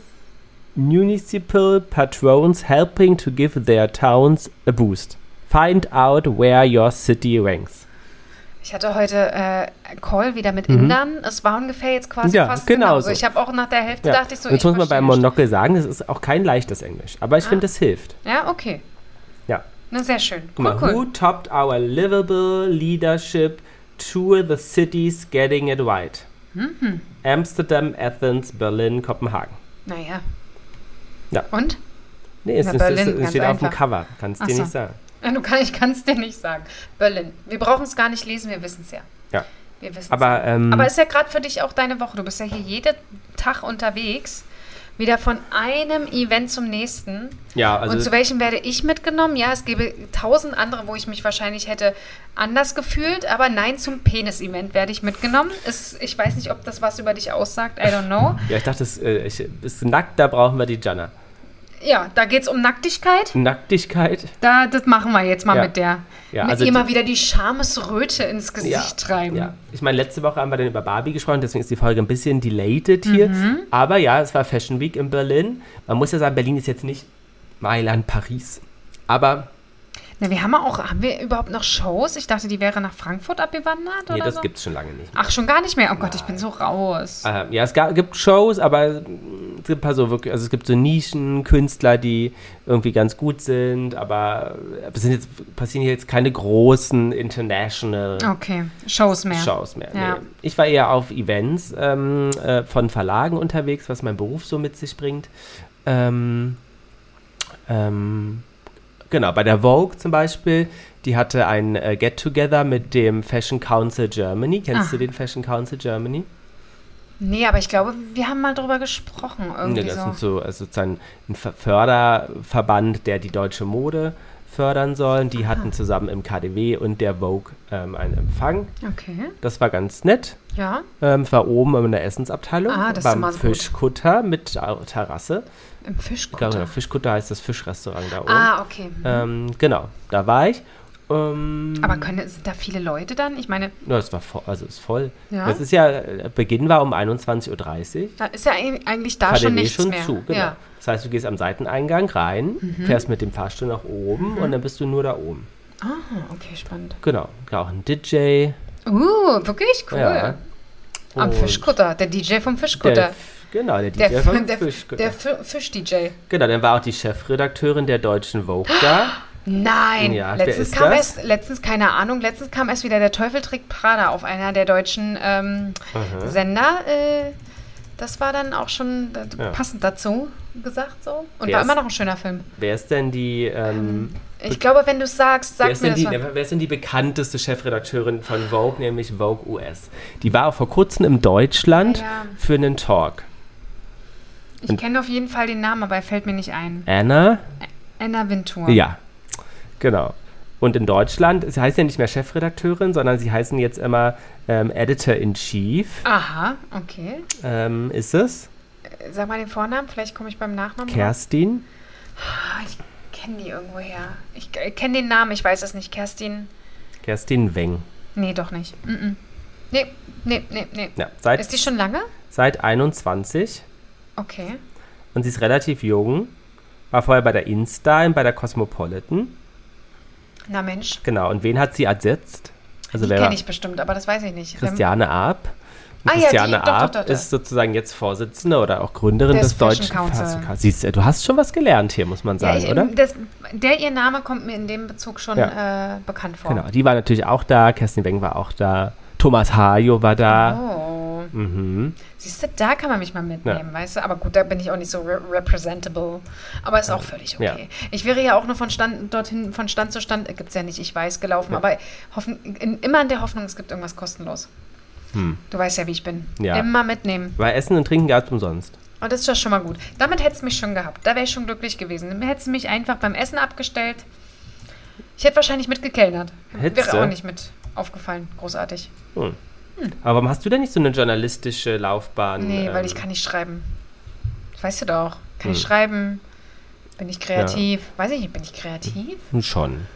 Speaker 2: municipal patrons helping to give their towns a boost. Find out where your city ranks.
Speaker 1: Ich hatte heute äh, einen Call wieder mit Indern. Es war ungefähr jetzt quasi
Speaker 2: Mhm. Ja,
Speaker 1: fast
Speaker 2: genau
Speaker 1: genauso.
Speaker 2: so.
Speaker 1: Ich habe auch nach der Hälfte
Speaker 2: Ja.
Speaker 1: dachte ich so,
Speaker 2: Und jetzt
Speaker 1: ich
Speaker 2: muss man
Speaker 1: verstehe
Speaker 2: beim
Speaker 1: nicht. Ah.
Speaker 2: Monokel sagen, das ist auch kein leichtes Englisch, aber ich finde, es hilft.
Speaker 1: Ja, okay.
Speaker 2: Ja.
Speaker 1: Na, sehr schön.
Speaker 2: Guck mal,
Speaker 1: Cool, cool.
Speaker 2: who topped our livable leadership to the cities getting it right?
Speaker 1: Mhm.
Speaker 2: Amsterdam, Athens, Berlin, Kopenhagen.
Speaker 1: Naja.
Speaker 2: Ja.
Speaker 1: Und? [LAUGHS]
Speaker 2: Nee, es,
Speaker 1: Na,
Speaker 2: ist,
Speaker 1: Berlin,
Speaker 2: es,
Speaker 1: ganz
Speaker 2: es steht auf dem
Speaker 1: einfach.
Speaker 2: Cover, kannst
Speaker 1: Ach
Speaker 2: dir
Speaker 1: so.
Speaker 2: nicht sagen.
Speaker 1: Äh, Du kann, ich kann es dir nicht sagen. Berlin. Wir brauchen es gar nicht lesen, wir wissen es ja.
Speaker 2: Ja.
Speaker 1: Wir wissen
Speaker 2: Aber, ähm,
Speaker 1: Aber ist ja gerade für dich auch deine Woche. Du bist ja hier jeden Tag unterwegs. Wieder von einem Event zum nächsten.
Speaker 2: ja, also
Speaker 1: und zu welchem werde ich mitgenommen? Ja, es gäbe tausend andere, wo ich mich wahrscheinlich hätte anders gefühlt, aber nein, zum Penis-Event werde ich mitgenommen. Es, ich weiß nicht, ob das was über dich aussagt, I don't know.
Speaker 2: ja, ich dachte, es, äh, ich, es ist nackt, da brauchen wir die Jana.
Speaker 1: Ja, da geht es um Nacktigkeit.
Speaker 2: Nacktigkeit.
Speaker 1: Da, das machen wir jetzt mal
Speaker 2: Ja.
Speaker 1: mit der.
Speaker 2: Ja,
Speaker 1: mit
Speaker 2: also
Speaker 1: ihr
Speaker 2: die-
Speaker 1: mal wieder die Schamesröte ins Gesicht treiben.
Speaker 2: Ja. Ich meine, letzte Woche haben wir dann über Barbie gesprochen, deswegen ist die Folge ein bisschen delayed hier. Aber ja, es war Fashion Week in Berlin. Man muss ja sagen, Berlin ist jetzt nicht Mailand, Paris. Aber
Speaker 1: Na, wir haben ja auch, haben wir überhaupt noch Shows? Ich dachte, die wäre nach Frankfurt abgewandert
Speaker 2: nee,
Speaker 1: oder
Speaker 2: das
Speaker 1: so.
Speaker 2: gibt es schon lange nicht.
Speaker 1: Ach, schon gar nicht mehr. Oh Gott, ich bin so raus.
Speaker 2: Ähm, ja, es ga- gibt Shows, aber es gibt halt so wirklich, also es gibt so Nischen, Künstler, die irgendwie ganz gut sind, aber es sind jetzt, passieren hier jetzt keine großen international
Speaker 1: Okay, Shows mehr.
Speaker 2: Shows mehr.
Speaker 1: Ja.
Speaker 2: Nee. Ich war eher auf Events ähm, äh, von Verlagen unterwegs, was mein Beruf so mit sich bringt. Ähm, ähm, genau, bei der Vogue zum Beispiel, die hatte ein äh, Get-Together mit dem Fashion Council Germany. Kennst
Speaker 1: Ah.
Speaker 2: du den Fashion Council Germany?
Speaker 1: Nee, aber ich glaube, wir haben mal drüber gesprochen. Irgendwie
Speaker 2: Nee, das
Speaker 1: so.
Speaker 2: sind so also sozusagen ein Ver- Förderverband, der die deutsche Mode fördern soll. Und
Speaker 1: Ah.
Speaker 2: Die hatten zusammen im KDW und der Vogue ähm, einen Empfang.
Speaker 1: Okay,
Speaker 2: Das war ganz nett.
Speaker 1: ja.
Speaker 2: Ähm, es war oben in der Essensabteilung
Speaker 1: Ah, das ist
Speaker 2: beim
Speaker 1: immer so gut.
Speaker 2: Fischkutter mit äh, Terrasse.
Speaker 1: Im
Speaker 2: Ich glaube, ja,
Speaker 1: Fischkutter.
Speaker 2: Fischkutter heißt das Fischrestaurant da oben.
Speaker 1: Ah, okay.
Speaker 2: Ähm, genau, da war ich. Ähm,
Speaker 1: Aber können, sind da viele Leute dann? Ich meine,
Speaker 2: ja, es war voll, also es ist voll.
Speaker 1: Ja?
Speaker 2: Es ist ja, äh, Beginn war um 21.30 Uhr.
Speaker 1: da ist ja eig- eigentlich da schon
Speaker 2: KDW
Speaker 1: nichts
Speaker 2: schon
Speaker 1: mehr.
Speaker 2: zu, genau.
Speaker 1: ja. Mhm.
Speaker 2: Das heißt, du gehst am Seiteneingang rein, fährst mit dem Fahrstuhl nach oben und dann bist du nur da oben.
Speaker 1: Ah, okay, spannend.
Speaker 2: Genau, da auch ein DJ.
Speaker 1: Uh, wirklich cool.
Speaker 2: Ja.
Speaker 1: Am
Speaker 2: Und
Speaker 1: Fischkutter, der DJ vom
Speaker 2: Der,
Speaker 1: Fischkutter.
Speaker 2: F- genau, der DJ
Speaker 1: Der,
Speaker 2: vom
Speaker 1: der,
Speaker 2: Fischkutter.
Speaker 1: der Fi- Fisch-DJ.
Speaker 2: Genau, dann war auch die Chefredakteurin der Deutschen Vogue
Speaker 1: [GASPS]
Speaker 2: da.
Speaker 1: Nein,
Speaker 2: Ja, wer
Speaker 1: letztens
Speaker 2: ist
Speaker 1: kam
Speaker 2: das?
Speaker 1: erst, letztens, keine Ahnung, letztens kam erst wieder der Teufel trägt Prada auf einer der deutschen ähm, Sender. Äh, das war dann auch schon da-
Speaker 2: Ja.
Speaker 1: passend dazu gesagt so. Und
Speaker 2: Wer
Speaker 1: war
Speaker 2: ist-
Speaker 1: immer noch ein schöner Film.
Speaker 2: Wer ist denn die, ähm,
Speaker 1: Ich glaube, wenn du es sagst,
Speaker 2: wer,
Speaker 1: sag
Speaker 2: ist
Speaker 1: mir
Speaker 2: denn
Speaker 1: das
Speaker 2: die
Speaker 1: mal.
Speaker 2: wer ist denn die bekannteste Chefredakteurin von Vogue, nämlich Vogue US? Die war auch vor kurzem in Deutschland
Speaker 1: Ja.
Speaker 2: für einen Talk.
Speaker 1: Ich kenne auf jeden Fall den Namen, aber er fällt mir nicht ein.
Speaker 2: Anna?
Speaker 1: Anna Ventur.
Speaker 2: Ja, genau. Und in Deutschland, sie heißt ja nicht mehr Chefredakteurin, sondern sie heißen jetzt immer ähm, Editor-in-Chief,
Speaker 1: Aha, okay.
Speaker 2: ähm, ist es?
Speaker 1: Äh, Sag mal den Vornamen, vielleicht komme ich beim Nachnamen. drauf.
Speaker 2: Kerstin?
Speaker 1: Ah, ich kenne die irgendwo her. Ich äh, kenne den Namen, ich weiß es nicht. Kerstin.
Speaker 2: Kerstin Weng.
Speaker 1: Nee, doch nicht. Mm -mm. Nee, nee, nee, nee.
Speaker 2: Ja, seit,
Speaker 1: Ist die schon lange?
Speaker 2: seit 21
Speaker 1: Okay.
Speaker 2: und sie ist relativ jung. War vorher bei der InStyle, bei der Cosmopolitan.
Speaker 1: Na Mensch,
Speaker 2: Genau, und wen hat sie ersetzt? Also
Speaker 1: die
Speaker 2: wer
Speaker 1: kenne
Speaker 2: war
Speaker 1: ich bestimmt, aber das weiß ich nicht.
Speaker 2: Christiane Ab? Und
Speaker 1: Ah ja, die-
Speaker 2: Christiane
Speaker 1: doch, doch,
Speaker 2: Ab
Speaker 1: doch, doch.
Speaker 2: ist sozusagen jetzt Vorsitzende oder auch Gründerin
Speaker 1: Des
Speaker 2: des, Deutschen
Speaker 1: Fashion Council.
Speaker 2: Fashion- Siehst du, du hast schon was gelernt hier, muss man
Speaker 1: Ähm, ja,
Speaker 2: sagen,
Speaker 1: ich,
Speaker 2: oder?
Speaker 1: Das, der ihr Name kommt mir in dem Bezug schon äh, bekannt vor.
Speaker 2: Genau, die war natürlich auch da, Kerstin Weng war auch da, Thomas Hajo war da.
Speaker 1: Oh.
Speaker 2: Mhm.
Speaker 1: Siehst du, da kann man mich mal mitnehmen, weißt du? Aber gut, da bin ich auch nicht so re representable. Aber ist auch völlig
Speaker 2: Ja.
Speaker 1: okay. Ich wäre ja auch nur von Stand dorthin, von Stand zu Stand, äh, gibt's ja nicht, ich weiß, gelaufen, aber hoffen, in, immer in der Hoffnung, es gibt irgendwas kostenlos. Du weißt ja, wie ich bin.
Speaker 2: Hm. Ja.
Speaker 1: Immer mitnehmen.
Speaker 2: Weil Essen und Trinken gab es umsonst.
Speaker 1: Und das ist ja schon mal gut. Damit hättest du mich schon gehabt. Da wäre ich schon glücklich gewesen. Dann hättest du mich einfach beim Essen abgestellt. Ich hätte wahrscheinlich mitgekellnert.
Speaker 2: Hättest
Speaker 1: wäre
Speaker 2: du?
Speaker 1: auch nicht mit aufgefallen. Großartig.
Speaker 2: Aber warum hast du denn nicht so eine journalistische Laufbahn?
Speaker 1: Nee, weil
Speaker 2: ähm, Hm.
Speaker 1: ich kann nicht schreiben. Das Weißt du doch. Kann ich schreiben? Bin ich kreativ? Weiß ich nicht, bin ich kreativ?
Speaker 2: Schon.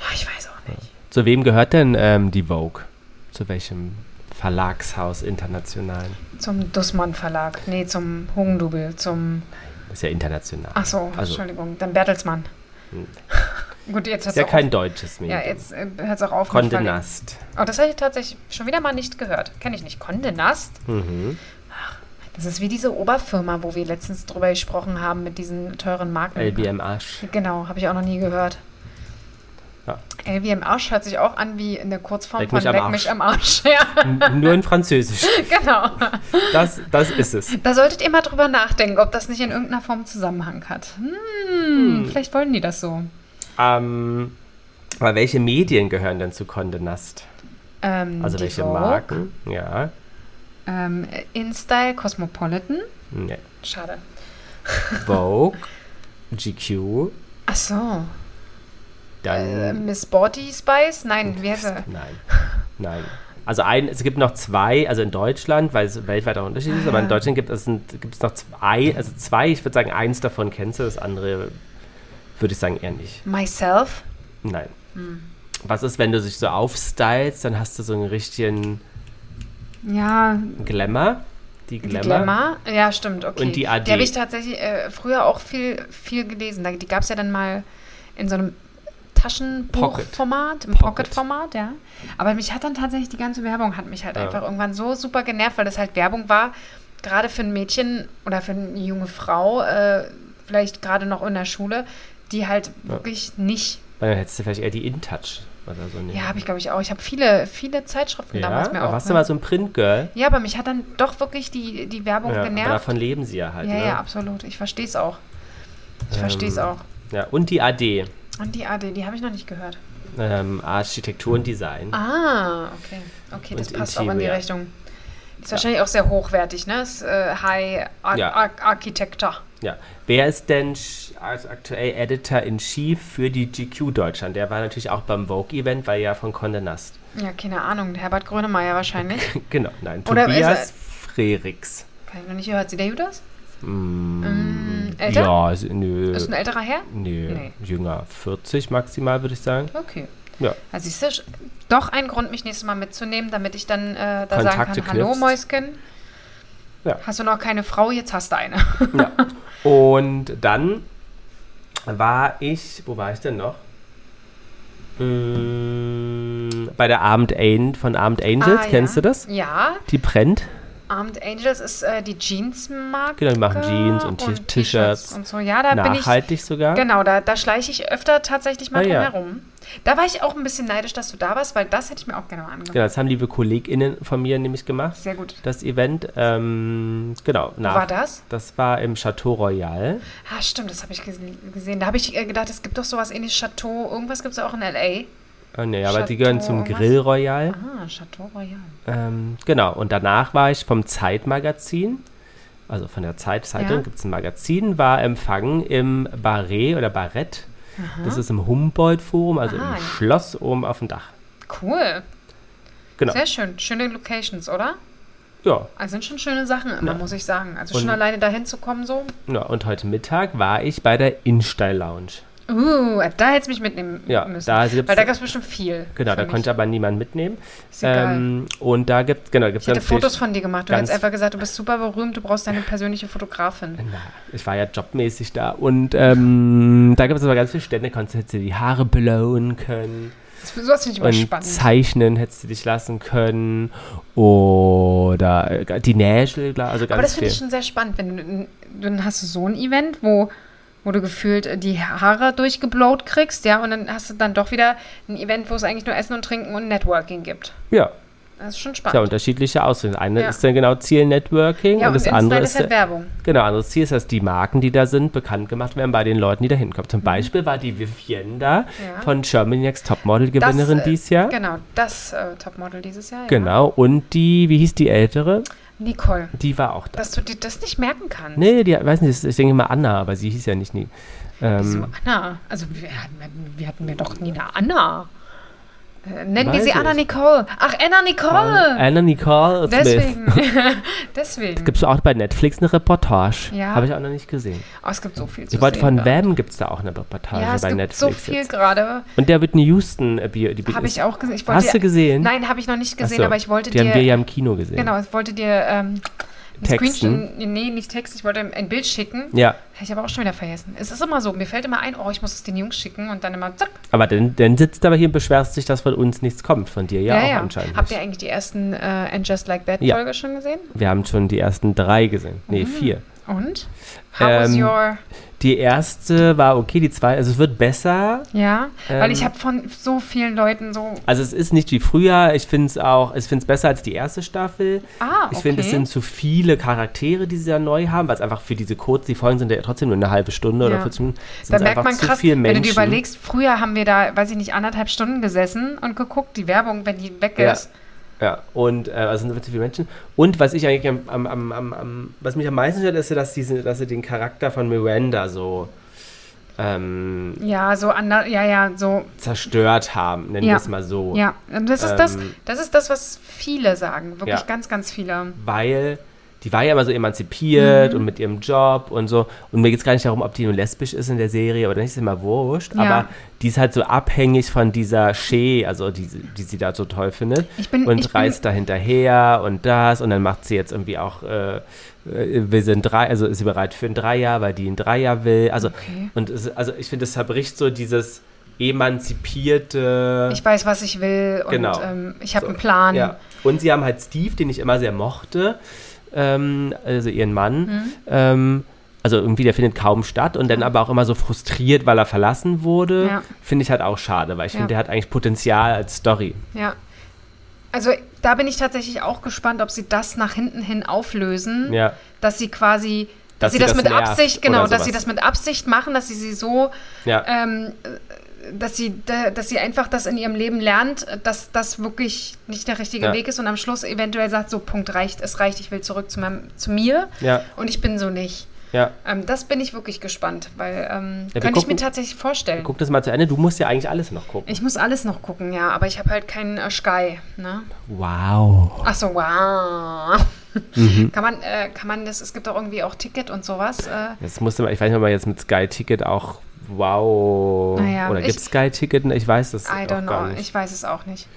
Speaker 1: Ah, Ich weiß auch nicht.
Speaker 2: Zu wem gehört denn ähm, die Vogue? Zu welchem Verlagshaus international?
Speaker 1: Zum Dussmann Verlag. Nee, zum Hugendubel. Zum.
Speaker 2: Ist ja international.
Speaker 1: Ach so,
Speaker 2: Also- Hm.
Speaker 1: Entschuldigung. Dann Bertelsmann. [LAUGHS] Gut, jetzt
Speaker 2: ist
Speaker 1: hört's
Speaker 2: ja
Speaker 1: auch
Speaker 2: kein
Speaker 1: auf.
Speaker 2: deutsches Medium.
Speaker 1: Ja, jetzt äh, hört's auch auf. mit
Speaker 2: Condé
Speaker 1: Verlegen.
Speaker 2: Nast.
Speaker 1: Oh, das habe ich tatsächlich schon wieder mal nicht gehört. Kenne ich nicht. Conde Nast?
Speaker 2: Mhm.
Speaker 1: Das ist wie diese Oberfirma, wo wir letztens drüber gesprochen haben mit diesen teuren Marken.
Speaker 2: LBM Asch.
Speaker 1: Genau, habe ich auch noch nie gehört.
Speaker 2: Ja.
Speaker 1: LBM Arsch hört sich auch an wie in der Kurzform
Speaker 2: Leck
Speaker 1: von
Speaker 2: mich am
Speaker 1: Leck
Speaker 2: Arsch.
Speaker 1: mich am Arsch. [LAUGHS] Ja,
Speaker 2: N- Nur
Speaker 1: [LAUGHS]
Speaker 2: in Französisch.
Speaker 1: genau.
Speaker 2: Das, das ist es.
Speaker 1: Da solltet ihr mal drüber nachdenken, ob das nicht in irgendeiner Form Zusammenhang hat. Hm, Vielleicht wollen die das so.
Speaker 2: Ähm, aber welche Medien gehören denn zu Condé Nast?
Speaker 1: Ähm,
Speaker 2: Also
Speaker 1: die
Speaker 2: welche
Speaker 1: Vogue,
Speaker 2: Marken? Ja.
Speaker 1: Ähm, InStyle, Cosmopolitan.
Speaker 2: Nee.
Speaker 1: Schade.
Speaker 2: Ne, Vogue, GQ,
Speaker 1: Ach so.
Speaker 2: dann. Äh,
Speaker 1: Ähm, Miss Body Spice? Nein, wie heißt sie?
Speaker 2: Nein, nein. Also ein, es gibt noch zwei, also in Deutschland, weil es weltweit auch unterschiedlich ist, aber
Speaker 1: Ah.
Speaker 2: in Deutschland gibt es, sind- gibt es noch zwei, also zwei, ich würde sagen, eins davon kennst du, das andere würde ich sagen eher nicht.
Speaker 1: Myself?
Speaker 2: Nein. Was ist, wenn du dich so aufstylst, dann hast du so einen richtigen
Speaker 1: Ja,
Speaker 2: Glamour. Die
Speaker 1: Die
Speaker 2: Glamour.
Speaker 1: Glamour? Ja, stimmt, okay.
Speaker 2: Und die AD.
Speaker 1: Die habe ich tatsächlich äh, früher auch viel, viel gelesen. Da- Die gab es ja dann mal in so einem Taschenbuchformat, im
Speaker 2: Pocket.
Speaker 1: Pocket-Format, ja. Aber mich hat dann tatsächlich die ganze Werbung, hat mich halt
Speaker 2: Ja.
Speaker 1: einfach irgendwann so super genervt, weil das halt Werbung war, gerade für ein Mädchen oder für eine junge Frau, äh, vielleicht gerade noch in der Schule, die halt wirklich nicht,
Speaker 2: Weil dann hättest du vielleicht eher die InTouch oder so. nehmen.
Speaker 1: ja, habe ich glaube ich auch. Ich habe viele, viele Zeitschriften
Speaker 2: ja,
Speaker 1: damals mir
Speaker 2: aber
Speaker 1: auch.
Speaker 2: warst du mal so ein Print-Girl?
Speaker 1: ja, aber mich hat dann doch wirklich die, die Werbung
Speaker 2: Ja, aber
Speaker 1: genervt.
Speaker 2: davon leben sie ja halt.
Speaker 1: Ja,
Speaker 2: ne?
Speaker 1: ja, absolut. Ich verstehe es auch. Ich
Speaker 2: Ähm.
Speaker 1: verstehe es auch.
Speaker 2: ja. Und die AD,
Speaker 1: Und die AD, die habe ich noch nicht gehört.
Speaker 2: ähm, Architektur und Design.
Speaker 1: Ah, okay. Okay, das
Speaker 2: Und
Speaker 1: passt auch in die
Speaker 2: Interior.
Speaker 1: Richtung. Ist wahrscheinlich auch sehr hochwertig, ne? Ist, äh, High Ar
Speaker 2: Ja.
Speaker 1: Ar Architecture.
Speaker 2: Ja. Wer ist denn sch- als aktuell Editor in Chief für die GQ Deutschland? Der war natürlich auch beim Vogue-Event, weil ja von Condé Nast. [LAUGHS]
Speaker 1: Ja, keine Ahnung. Herbert Grönemeyer wahrscheinlich.
Speaker 2: genau, nein.
Speaker 1: Oder ist
Speaker 2: Tobias Frerix.
Speaker 1: Kann ich noch nicht gehört. Sieht der Judas?
Speaker 2: Äh. Mm,
Speaker 1: Mm, älter?
Speaker 2: Ja, ist, nö.
Speaker 1: Ist ein älterer Herr?
Speaker 2: nö,
Speaker 1: Nee.
Speaker 2: jünger. 40 maximal, würde ich sagen.
Speaker 1: Okay.
Speaker 2: Ja.
Speaker 1: Also siehst du, doch ein Grund, mich nächstes Mal mitzunehmen, damit ich dann äh, da sagen kann,
Speaker 2: Kontakte
Speaker 1: hallo
Speaker 2: knüpfst.
Speaker 1: Mäuschen.
Speaker 2: Ja.
Speaker 1: Hast du noch keine Frau? Jetzt hast du eine.
Speaker 2: Ja. Und dann war ich, wo war ich denn noch? Mm, Bei der Abend An- von Abend Angels,
Speaker 1: Ah,
Speaker 2: kennst
Speaker 1: ja.
Speaker 2: du das?
Speaker 1: Ja,
Speaker 2: Die brennt.
Speaker 1: Armed Angels ist äh, die Jeansmarke.
Speaker 2: Genau, die machen Jeans und T- T-Shirts.
Speaker 1: und so. Ja, da bin ich.
Speaker 2: Nachhaltig sogar.
Speaker 1: Genau, da, da schleiche ich öfter tatsächlich mal
Speaker 2: Ah,
Speaker 1: drum
Speaker 2: ja.
Speaker 1: herum. Da war ich auch ein bisschen neidisch, dass du da warst, weil das hätte ich mir auch gerne mal angeguckt.
Speaker 2: Genau, das haben liebe KollegInnen von mir nämlich gemacht,
Speaker 1: Sehr gut.
Speaker 2: das Event. Ähm, genau,
Speaker 1: Wo
Speaker 2: nach.
Speaker 1: war das?
Speaker 2: Das war im Chateau Royal.
Speaker 1: Ah, stimmt, das habe ich gese- gesehen. Da habe ich äh, gedacht, es gibt doch sowas ähnliches Chateau. Irgendwas gibt es auch in L.A.
Speaker 2: Äh, nee, aber die
Speaker 1: Chateau
Speaker 2: gehören zum
Speaker 1: irgendwas?
Speaker 2: Grill Royal.
Speaker 1: Ah, Chateau Royal.
Speaker 2: Ähm, genau, und danach war ich vom Zeitmagazin, also von der Zeitzeitung
Speaker 1: Ja.
Speaker 2: gibt es ein Magazin, war empfangen im Barret oder Barrett. Das ist im Humboldt-Forum, also
Speaker 1: Aha.
Speaker 2: im Schloss oben auf dem Dach.
Speaker 1: Cool.
Speaker 2: Genau.
Speaker 1: Sehr schön. Schöne Locations, oder?
Speaker 2: Ja,
Speaker 1: Also sind schon schöne Sachen immer, muss ich sagen. Also schon
Speaker 2: Und-
Speaker 1: alleine dahin zu kommen so.
Speaker 2: ja, und heute Mittag war ich bei der Instyle Lounge.
Speaker 1: Uh, da hätte ich mich mitnehmen
Speaker 2: Ja,
Speaker 1: müssen.
Speaker 2: da gibt's-
Speaker 1: weil da gab es bestimmt viel.
Speaker 2: Genau,
Speaker 1: für
Speaker 2: da
Speaker 1: mich.
Speaker 2: konnte aber niemand mitnehmen.
Speaker 1: Ist egal.
Speaker 2: Ähm, und da gibt es genau, gibt's
Speaker 1: Ich hätte
Speaker 2: ganz viel-
Speaker 1: Fotos von dir gemacht. Du
Speaker 2: ganz- Äh,
Speaker 1: hättest einfach gesagt, du bist super berühmt, du brauchst deine persönliche Fotografin.
Speaker 2: Na, ich war ja jobmäßig da. Und ähm, da gibt es aber ganz viele Stände, konntest du hättest dir die Haare blowen können.
Speaker 1: Das- Sowas finde ich immer
Speaker 2: Und
Speaker 1: spannend.
Speaker 2: zeichnen hättest du dich lassen können. Oder äh, die Nägel, klar, also
Speaker 1: Aber das
Speaker 2: ganz
Speaker 1: finde
Speaker 2: viel.
Speaker 1: ich schon sehr spannend. Wenn du, dann hast du so ein Event, wo, wo du gefühlt äh, die Haare durchgeblowt kriegst, ja, und dann hast du dann doch wieder ein Event, wo es eigentlich nur Essen und Trinken und Networking gibt.
Speaker 2: Ja,
Speaker 1: Das ist schon
Speaker 2: ja,
Speaker 1: spannend.
Speaker 2: unterschiedliche Ausrichtungen. Eine
Speaker 1: Ja.
Speaker 2: ist dann genau Ziel-Networking und, das
Speaker 1: Insta
Speaker 2: andere
Speaker 1: ist
Speaker 2: ist,
Speaker 1: halt Werbung.
Speaker 2: genau, anderes Ziel ist, dass die Marken, die da sind, bekannt gemacht werden bei den Leuten, die da hinkommen. Zum Beispiel war die Vivienne da
Speaker 1: Mhm. Ja.
Speaker 2: von Germany Next
Speaker 1: Das,
Speaker 2: Topmodel-Gewinnerin
Speaker 1: äh,
Speaker 2: dieses Jahr.
Speaker 1: Genau, das äh, Topmodel dieses Jahr. Ja.
Speaker 2: Genau, und die, wie hieß die ältere?
Speaker 1: Nicole,
Speaker 2: Die war auch da.
Speaker 1: dass du dir das nicht merken kannst.
Speaker 2: nee, die, weiß nicht, ich denke mal Anna, aber sie hieß ja nicht nie.
Speaker 1: Wieso
Speaker 2: Ähm,
Speaker 1: Anna? Also wir hatten, wir hatten wir doch nie eine Anna. Äh, nennen wir
Speaker 2: Weiß
Speaker 1: sie Anna
Speaker 2: ich.
Speaker 1: Nicole. Ach, Anna Nicole.
Speaker 2: Anna Nicole Smith.
Speaker 1: Ah. Deswegen.
Speaker 2: [LAUGHS]
Speaker 1: [LAUGHS] Deswegen.
Speaker 2: Gibt es auch bei Netflix eine Reportage?
Speaker 1: Ja.
Speaker 2: Habe ich auch noch nicht gesehen.
Speaker 1: Oh, es gibt so viel zu
Speaker 2: Ich wollte
Speaker 1: sehen.
Speaker 2: von
Speaker 1: da.
Speaker 2: Wham gibt es da auch eine Reportage
Speaker 1: Ja, es
Speaker 2: bei
Speaker 1: gibt
Speaker 2: Netflix.
Speaker 1: so viel
Speaker 2: jetzt.
Speaker 1: gerade.
Speaker 2: Und der Whitney Houston, äh, Bio, die
Speaker 1: Habe ich auch gesehen. Ich wollte
Speaker 2: Hast du gesehen?
Speaker 1: Nein, habe ich noch nicht
Speaker 2: Ach
Speaker 1: gesehen,
Speaker 2: so,
Speaker 1: aber ich wollte
Speaker 2: die
Speaker 1: dir...
Speaker 2: haben wir ja im Kino gesehen.
Speaker 1: Genau, ich wollte dir ähm, ein
Speaker 2: Texten.
Speaker 1: Screenshot... Nee, nicht Text, ich wollte ein Bild schicken.
Speaker 2: Ja,
Speaker 1: Habe ich aber auch schon wieder vergessen. Es ist immer so, mir fällt immer ein, oh, ich muss es den Jungs schicken und dann immer zack,
Speaker 2: aber dann, dann sitzt du aber hier und beschwerst dich, dass von uns nichts kommt. Von dir ja, auch anscheinend.
Speaker 1: Habt ihr
Speaker 2: nicht.
Speaker 1: eigentlich die ersten äh, And Just Like That
Speaker 2: Ja.
Speaker 1: Folge schon gesehen?
Speaker 2: Wir haben schon die ersten drei gesehen. Nee,
Speaker 1: Mhm.
Speaker 2: vier.
Speaker 1: Und? How was
Speaker 2: Ähm,
Speaker 1: your...
Speaker 2: Die erste war okay, die zweite, also es wird besser.
Speaker 1: Ja, weil ich
Speaker 2: ähm,
Speaker 1: habe von so vielen Leuten so...
Speaker 2: Also es ist nicht wie früher. Ich finde es auch, ich finde es besser als die erste Staffel.
Speaker 1: Ah,
Speaker 2: Ich finde, es
Speaker 1: okay.
Speaker 2: sind zu viele Charaktere, die sie da neu haben, weil es einfach für diese kurz, die Folgen sind ja trotzdem nur eine halbe Stunde oder
Speaker 1: Ja.
Speaker 2: 40 Minuten. Es
Speaker 1: Da
Speaker 2: sind
Speaker 1: merkt
Speaker 2: einfach
Speaker 1: man
Speaker 2: zu
Speaker 1: krass,
Speaker 2: viele
Speaker 1: wenn du dir
Speaker 2: Menschen.
Speaker 1: überlegst, früher haben wir da, weiß ich nicht, anderthalb Stunden gesessen und geguckt, die Werbung, wenn die weg
Speaker 2: Ja.
Speaker 1: ist.
Speaker 2: Ja, und äh, also sind zu viele Menschen. Und was ich eigentlich am, am, am, am, am was mich am meisten stört, ist, ja, dass, diese, dass sie den Charakter von Miranda so ähm,
Speaker 1: Ja, so ander, ja, ja, so.
Speaker 2: zerstört haben, nennen wir
Speaker 1: Ja.
Speaker 2: es mal so.
Speaker 1: Ja, und das ist das,
Speaker 2: Ähm.
Speaker 1: das ist das, was viele sagen. Wirklich
Speaker 2: Ja.
Speaker 1: ganz, ganz viele.
Speaker 2: Weil die war ja immer so emanzipiert
Speaker 1: Mhm.
Speaker 2: und mit ihrem Job und so. Und mir geht es gar nicht darum, ob die nun lesbisch ist in der Serie oder nicht, ist immer wurscht.
Speaker 1: Ja.
Speaker 2: Aber die ist halt so abhängig von dieser Shee, also die, die sie da so toll findet.
Speaker 1: Ich bin-
Speaker 2: und
Speaker 1: ich bin-
Speaker 2: reist da hinterher und das. Und dann macht sie jetzt irgendwie auch, äh, äh, wir sind drei, also ist sie bereit für ein Dreier, weil die ein Dreier will. Also,
Speaker 1: Okay.
Speaker 2: und es, also ich finde, das bricht so dieses emanzipierte.
Speaker 1: Ich weiß, was ich will und
Speaker 2: Genau.
Speaker 1: ähm, ich habe
Speaker 2: So,
Speaker 1: einen Plan.
Speaker 2: Ja. Und sie haben halt Steve, den ich immer sehr mochte, ähm, also ihren Mann.
Speaker 1: Mhm.
Speaker 2: Ähm, also irgendwie, der findet kaum statt und dann aber auch immer so frustriert, weil er verlassen wurde.
Speaker 1: Ja.
Speaker 2: Finde ich halt auch schade, weil ich
Speaker 1: Ja.
Speaker 2: finde, der hat eigentlich Potenzial als Story.
Speaker 1: Ja. Also da bin ich tatsächlich auch gespannt, ob sie das nach hinten hin auflösen,
Speaker 2: Ja.
Speaker 1: dass sie quasi, dass,
Speaker 2: Dass sie
Speaker 1: sie das,
Speaker 2: das
Speaker 1: mit
Speaker 2: nervt
Speaker 1: Absicht,
Speaker 2: oder
Speaker 1: genau, dass sie
Speaker 2: sowas.
Speaker 1: das mit Absicht machen, dass sie sie so,
Speaker 2: Ja.
Speaker 1: ähm, äh, dass sie, da- dass sie einfach das in ihrem Leben lernt, dass das wirklich nicht der richtige
Speaker 2: Ja.
Speaker 1: Weg ist und am Schluss eventuell sagt, so Punkt reicht, es reicht, ich will zurück zu, meinem, zu mir
Speaker 2: Ja.
Speaker 1: und ich bin so nicht.
Speaker 2: ja.
Speaker 1: Ähm, das bin ich wirklich gespannt, weil ähm,
Speaker 2: wir
Speaker 1: könnte ich
Speaker 2: gucken-
Speaker 1: mir tatsächlich vorstellen.
Speaker 2: Guck das mal zu Ende. Du musst ja eigentlich alles noch gucken.
Speaker 1: Ich muss alles noch gucken, ja, aber ich habe halt keinen äh, Sky, ne?
Speaker 2: wow.
Speaker 1: Ach so, wow.
Speaker 2: Mhm.
Speaker 1: [LAUGHS] Kann man, äh, kann man das, es gibt auch irgendwie auch Ticket und sowas. Äh,
Speaker 2: Jetzt musste man, ich weiß nicht, ob man jetzt mit Sky Ticket auch wow.
Speaker 1: Naja,
Speaker 2: Oder
Speaker 1: ich-
Speaker 2: gibt es Sky Ticket? Ich weiß das
Speaker 1: I
Speaker 2: auch
Speaker 1: don't
Speaker 2: gar
Speaker 1: know,
Speaker 2: nicht.
Speaker 1: ich weiß es auch nicht.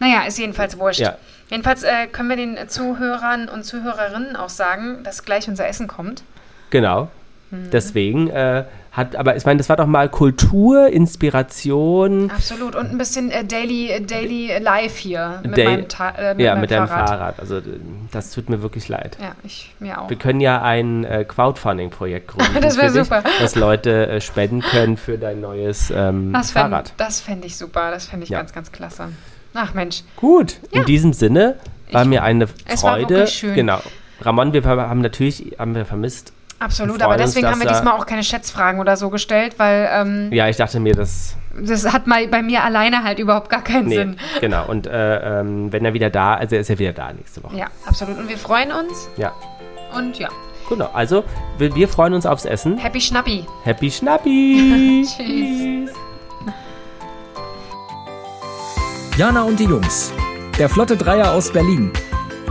Speaker 1: Naja, ist jedenfalls wurscht.
Speaker 2: Ja.
Speaker 1: Jedenfalls äh, können wir den Zuhörern und Zuhörerinnen auch sagen, dass gleich unser Essen kommt.
Speaker 2: Genau.
Speaker 1: Mhm.
Speaker 2: Deswegen äh, hat, aber ich meine, das war doch mal Kultur, Inspiration.
Speaker 1: Absolut. Und ein bisschen äh, Daily, äh, Daily Life hier mit
Speaker 2: Day-
Speaker 1: meinem, Ta äh, mit
Speaker 2: ja,
Speaker 1: meinem
Speaker 2: mit deinem
Speaker 1: Fahrrad.
Speaker 2: Fahrrad. Also das tut mir wirklich leid.
Speaker 1: Ja, ich mir auch.
Speaker 2: Wir können ja ein äh, Crowdfunding-Projekt gründen.
Speaker 1: [LAUGHS] Das wär
Speaker 2: für dich,
Speaker 1: super.
Speaker 2: Dass Leute äh, spenden können für dein neues ähm,
Speaker 1: Das fände
Speaker 2: Fahrrad.
Speaker 1: fänd ich super, das fände ich
Speaker 2: Ja.
Speaker 1: ganz, ganz klasse. Ach Mensch,
Speaker 2: Gut.
Speaker 1: Ja.
Speaker 2: In diesem Sinne war
Speaker 1: Ich-
Speaker 2: mir eine
Speaker 1: es war
Speaker 2: Freude.
Speaker 1: wirklich schön.
Speaker 2: Genau. Ramon, wir haben natürlich haben wir vermisst.
Speaker 1: absolut.
Speaker 2: Wir freuen
Speaker 1: Aber
Speaker 2: uns,
Speaker 1: deswegen
Speaker 2: dass
Speaker 1: haben wir
Speaker 2: da-
Speaker 1: diesmal auch keine Schätzfragen oder so gestellt, weil ähm,
Speaker 2: Ja, ich dachte mir, das.
Speaker 1: das hat mal bei mir alleine halt überhaupt gar keinen
Speaker 2: Nee,
Speaker 1: Sinn.
Speaker 2: genau. Und äh, ähm, wenn er wieder da, also er ist ja wieder da nächste Woche.
Speaker 1: Ja, absolut. Und wir freuen uns.
Speaker 2: ja.
Speaker 1: Und ja,
Speaker 2: Genau, also wir, wir freuen uns aufs Essen.
Speaker 1: happy schnappi.
Speaker 2: Happy Schnappi!
Speaker 1: Tschüss.
Speaker 3: Jana und die Jungs. Der Flotte Dreier aus Berlin.